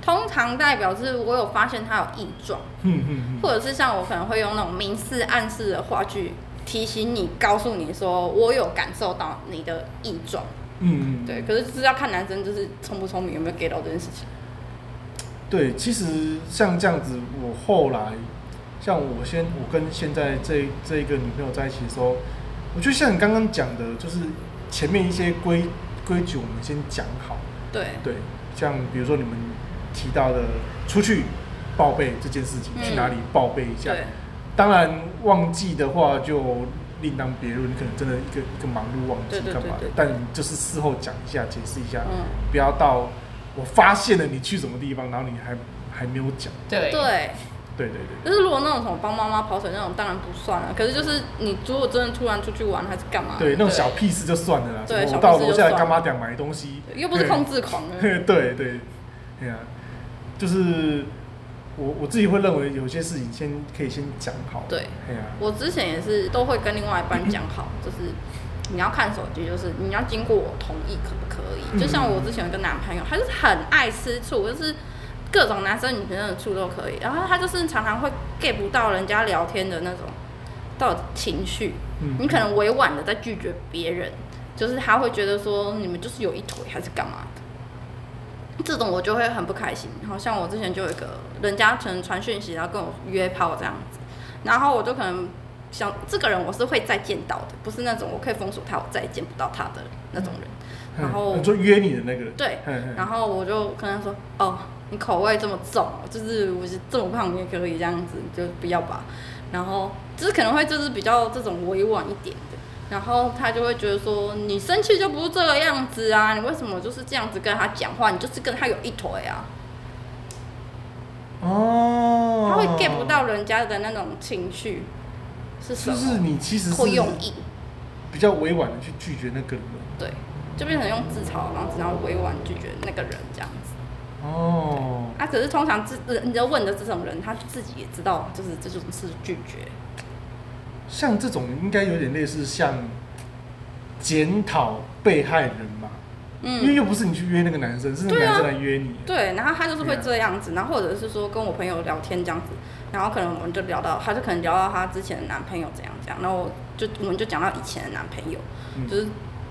Speaker 1: 通常代表是我有发现他有异状，
Speaker 2: 嗯嗯嗯，
Speaker 1: 或者是像我可能会用那种明示暗示的话去提醒你，告诉你说我有感受到你的异状。
Speaker 2: 嗯嗯，
Speaker 1: 对，可是就是要看男生就是聪不聪明，有没有 get 到这件事情。
Speaker 2: 对，其实像这样子，我后来像我先我跟现在这这一个女朋友在一起的时候，我就像你刚刚讲的，就是前面一些规规矩我们先讲好。
Speaker 1: 对，
Speaker 2: 对，像比如说你们提到的出去报备这件事情，
Speaker 1: 嗯
Speaker 2: 去哪里报备一下
Speaker 1: 对。，
Speaker 2: 当然忘记的话就另当别论，你可能真的一个一个忙碌忘
Speaker 1: 对
Speaker 2: 记
Speaker 1: 对对
Speaker 2: 干嘛
Speaker 1: 对对，
Speaker 2: 的但你就是事后讲一下，解释一下，
Speaker 1: 嗯。
Speaker 2: 不要到我发现了你去什么地方，然后你还还没有讲。
Speaker 1: 对，
Speaker 3: 对
Speaker 2: 对对对，
Speaker 1: 就是如果那种什么帮妈妈跑腿那种，当然不算了。可是就是你如果真的突然出去玩还是干嘛？
Speaker 2: 对那种小屁事就算了啦，
Speaker 1: 对
Speaker 2: 什
Speaker 1: 小屁事
Speaker 2: 么我到
Speaker 1: 就
Speaker 2: 楼下
Speaker 1: 算
Speaker 2: 干妈店买东西，
Speaker 1: 又不是控制狂了。
Speaker 2: 对 对对，对啊，就是我我自己会认为有些事情先可以先讲好，
Speaker 1: 对，
Speaker 2: 哎呀、
Speaker 1: 我之前也是都会跟另外一半讲 好，就是你要看手机，就是你要经过我同意，可不可以？
Speaker 2: 嗯
Speaker 1: 就像我之前有个男朋友，他就是很爱吃醋，就是各种男生女生的醋都可以，然后他就是常常会 get 不到人家聊天的那种到底情绪，
Speaker 2: 嗯
Speaker 1: 你可能委婉的在拒绝别人，就是他会觉得说你们就是有一腿还是干嘛的。这种我就会很不开心。好像我之前就有一个人家可能传讯息，然后跟我约炮这样子，然后我就可能想这个人我是会再见到的，不是那种我可以封锁他，我再也见不到他的那种人。
Speaker 2: 嗯
Speaker 1: 然后
Speaker 2: 你说约你的那个人，
Speaker 1: 对，
Speaker 2: 嗯
Speaker 1: 然
Speaker 2: 嗯，
Speaker 1: 后我就跟他说：“哦，你口味这么重，就是我是这么胖也可以这样子，就不要吧。”然后就是可能会就是比较这种委婉一点的，然后他就会觉得说：“你生气就不是这个样子啊，你为什么就是这样子跟他讲话？你就是跟他有一腿啊。”
Speaker 2: 哦，
Speaker 1: 他会 get 不到人家的那种情绪是什
Speaker 2: 就
Speaker 1: 么，
Speaker 2: 是你其实
Speaker 1: 或
Speaker 2: 是
Speaker 1: 用意，
Speaker 2: 比较委婉的去拒绝那个人，
Speaker 1: 对，就变成用自嘲的方式，然后委婉拒绝那个人这样子。
Speaker 2: 哦，
Speaker 1: 啊，可是通常自人家问的这种人，他自己也知道，就是这种是拒绝。
Speaker 2: 像这种应该有点类似像检讨被害人嘛，因
Speaker 1: 嗯，
Speaker 2: 为又不是你去约那个男生，是那个
Speaker 1: 对啊
Speaker 2: 男生来约你，
Speaker 1: 对，然后他就是会这
Speaker 2: 对啊
Speaker 1: 样子，然后或者是说跟我朋友聊天这样子，然后可能我们就聊到，他就可能聊到他之前的男朋友怎样怎样，然后我就我们就讲到以前的男朋友，
Speaker 2: 嗯
Speaker 1: 就是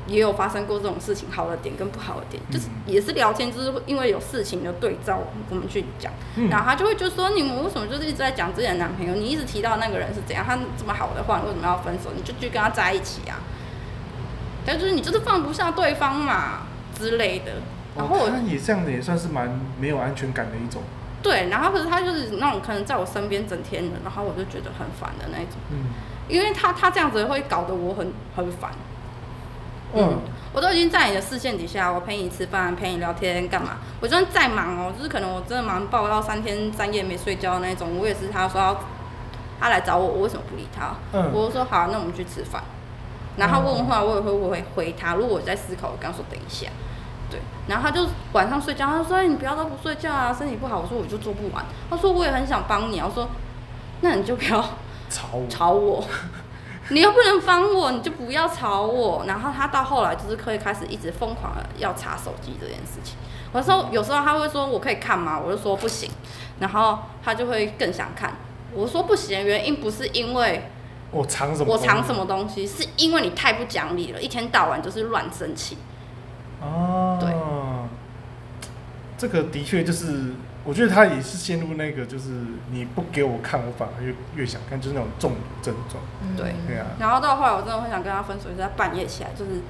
Speaker 1: 也有发生过这种事情，好的点跟不好的点，就是
Speaker 2: 嗯
Speaker 1: 也是聊天，就是会因为有事情的对照，我们去讲，
Speaker 2: 嗯
Speaker 1: 然后他就会就说你们为什么就是一直在讲自己的男朋友，你一直提到那个人是怎样，他这么好的话，你为什么要分手？你就去跟他在一起啊？但就是你就是放不下对方嘛之类的。然后我
Speaker 2: 哦他也这样的也算是蛮没有安全感的一种，
Speaker 1: 对，然后可是他就是那种可能在我身边整天的，然后我就觉得很烦的那一种，
Speaker 2: 嗯
Speaker 1: 因为他他这样子会搞得我很很烦。
Speaker 2: 嗯
Speaker 1: 嗯，我都已经在你的视线底下，我陪你吃饭，陪你聊天，干嘛？我就算再忙哦，就是可能我真的忙爆到三天三夜没睡觉的那一种，我也是他说要他来找我，我为什么不理他？
Speaker 2: 嗯
Speaker 1: 我就说好，那我们去吃饭。然后他问的话，我也会我会回他。如果我在思考，我跟他说等一下。对，然后他就晚上睡觉，他说哎你不要都不睡觉啊，身体不好。我说我就做不完。他说我也很想帮你啊。我说那你就不要
Speaker 2: 吵我，
Speaker 1: 吵我， 你又不能帮我，你就不要吵我。然后他到后来就是可以开始一直疯狂的要查手机这件事情。我说有时候他会说我可以看吗？我就说不行，然后他就会更想看。我说不行的原因不是因为
Speaker 2: 我哦藏什么？
Speaker 1: 我藏什？么东西，是因为你太不讲理了，一天到晚就是乱生气。
Speaker 2: 哦，
Speaker 1: 对，
Speaker 2: 这个的确就是，我觉得他也是陷入那个，就是你不给我看，我反而越越想看，就是那种中毒症状。
Speaker 3: 嗯
Speaker 1: 对
Speaker 2: 对啊，
Speaker 1: 然后到后来我真的会想跟他分手，就是他半夜起来就是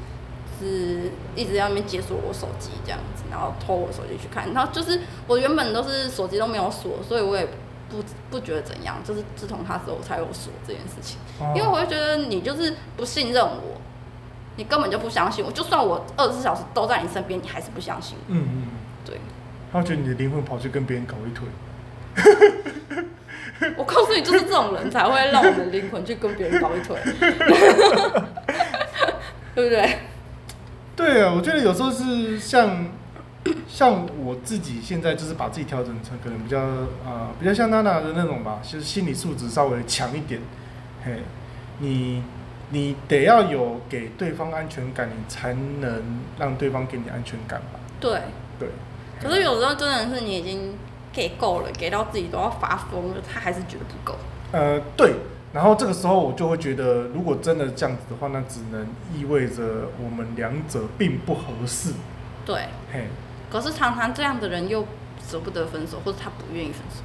Speaker 1: 是一直要那边解锁我手机这样子，然后偷我手机去看，然后就是我原本都是手机都没有锁，所以我也不不觉得怎样，就是自从他之后我才有锁这件事情，
Speaker 2: 哦
Speaker 1: 因为我会觉得你就是不信任我，你根本就不相信我，就算我二十四小时都在你身边，你还是不相信我，
Speaker 2: 嗯嗯，
Speaker 1: 对。
Speaker 2: 他会觉得你的灵魂跑去跟别人搞一腿。
Speaker 1: 我告诉你，就是这种人才会让我们灵魂去跟别人搞一腿，对不对？
Speaker 2: 对啊，我觉得有时候是像 像我自己现在就是把自己调整成可能比较呃比较像娜娜的那种吧，就是心理素质稍微强一点。嘿，你你得要有给对方安全感，你才能让对方给你安全感吧？
Speaker 1: 对。
Speaker 2: 对。
Speaker 1: 可是有时候真的是你已经给够了，给到自己都要发疯了，他还是觉得不够。
Speaker 2: 呃，对。然后这个时候我就会觉得，如果真的这样子的话，那只能意味着我们两者并不合适。
Speaker 1: 对，
Speaker 2: 嘿，
Speaker 1: 可是常常这样的人又舍不得分手，或者他不愿意分手。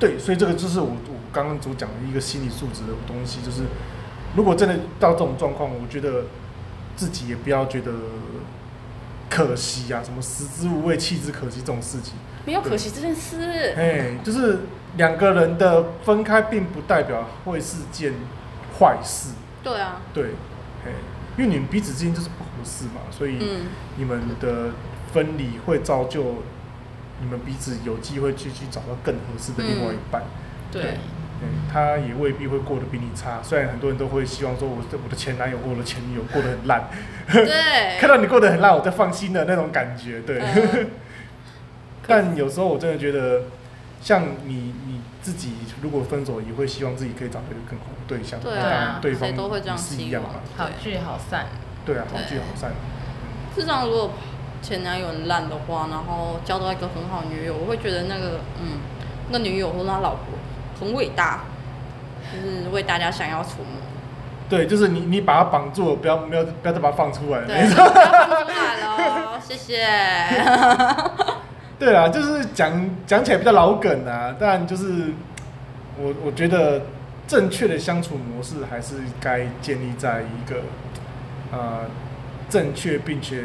Speaker 2: 对，所以这个就是我我刚刚所讲的一个心理素质的东西，就是如果真的到这种状况，我觉得自己也不要觉得可惜啊，什么食之无味，弃之可惜这种事情，
Speaker 1: 没有可惜这件事，
Speaker 2: 哎，就是两个人的分开并不代表会是件坏事，
Speaker 1: 对啊，
Speaker 2: 对，哎，因为你们彼此之间就是不合适嘛，所以
Speaker 1: 嗯，
Speaker 2: 你们的分离会造就你们彼此有机会去去找到更合适的另外一半。
Speaker 1: 对，
Speaker 2: 嗯，他也未必会过得比你差。虽然很多人都会希望说我的我的前男友或我的前女友过得很烂，看
Speaker 1: 对，
Speaker 2: 到你过得很烂，我就放心了那种感觉。 对，
Speaker 1: 嗯
Speaker 2: 但有时候我真的觉得，像你你自己如果分手，也会希望自己可以找到一个更好的对象，
Speaker 1: 对
Speaker 3: 啊
Speaker 2: 当然对
Speaker 1: 谁
Speaker 2: 方
Speaker 1: 都会这样
Speaker 2: 也是一
Speaker 1: 希
Speaker 2: 样
Speaker 1: 望
Speaker 2: 嘛。
Speaker 3: 好聚好散，
Speaker 2: 对啊，好聚好散。
Speaker 1: 至少如果前男友很烂的话，然后交到一个很好的女友，我会觉得那个嗯，那女友或者他老婆很伟大，就是为大家想要除魔。
Speaker 2: 对，就是你你把它绑住了，不要不要不要再把它放出来。
Speaker 1: 对，不要放出来喽，谢 谢。
Speaker 2: 对啦，就是讲讲起来比较老梗啊，但就是我我觉得正确的相处模式还是该建立在一个呃正确并且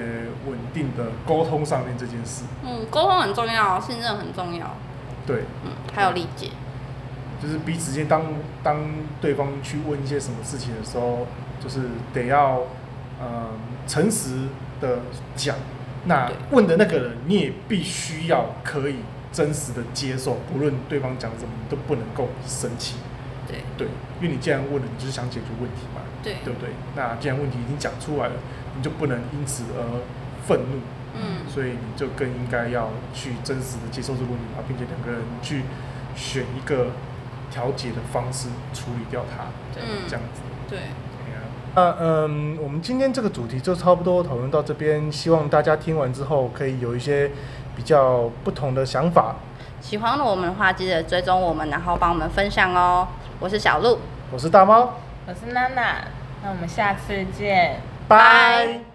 Speaker 2: 稳定的沟通上面这件事。
Speaker 1: 嗯，沟通很重要，信任很重要，
Speaker 2: 对，
Speaker 1: 嗯，还有理解。
Speaker 2: 就是彼此间当当对方去问一些什么事情的时候，就是得要呃诚实的讲。那
Speaker 1: 对
Speaker 2: 问的那个人，你也必须要可以真实的接受，不论对方讲什么，你都不能够生气。
Speaker 1: 对
Speaker 2: 对，因为你既然问了，你就是想解决问题嘛，
Speaker 1: 对，
Speaker 2: 对不对？那既然问题已经讲出来了，你就不能因此而愤怒，
Speaker 1: 嗯，
Speaker 2: 所以你就更应该要去真实的接受这个问题吧，并且两个人去选一个调解的方式处理掉它，
Speaker 1: 嗯
Speaker 2: 这样子。哎
Speaker 1: 对，
Speaker 2: 那嗯，我们今天这个主题就差不多讨论到这边，希望大家听完之后可以有一些比较不同的想法。
Speaker 1: 喜欢我们的话，记得追踪我们，然后帮我们分享哦。我是小鹿，
Speaker 2: 我是大猫，
Speaker 3: 我是娜娜，那我们下次见。
Speaker 1: 拜。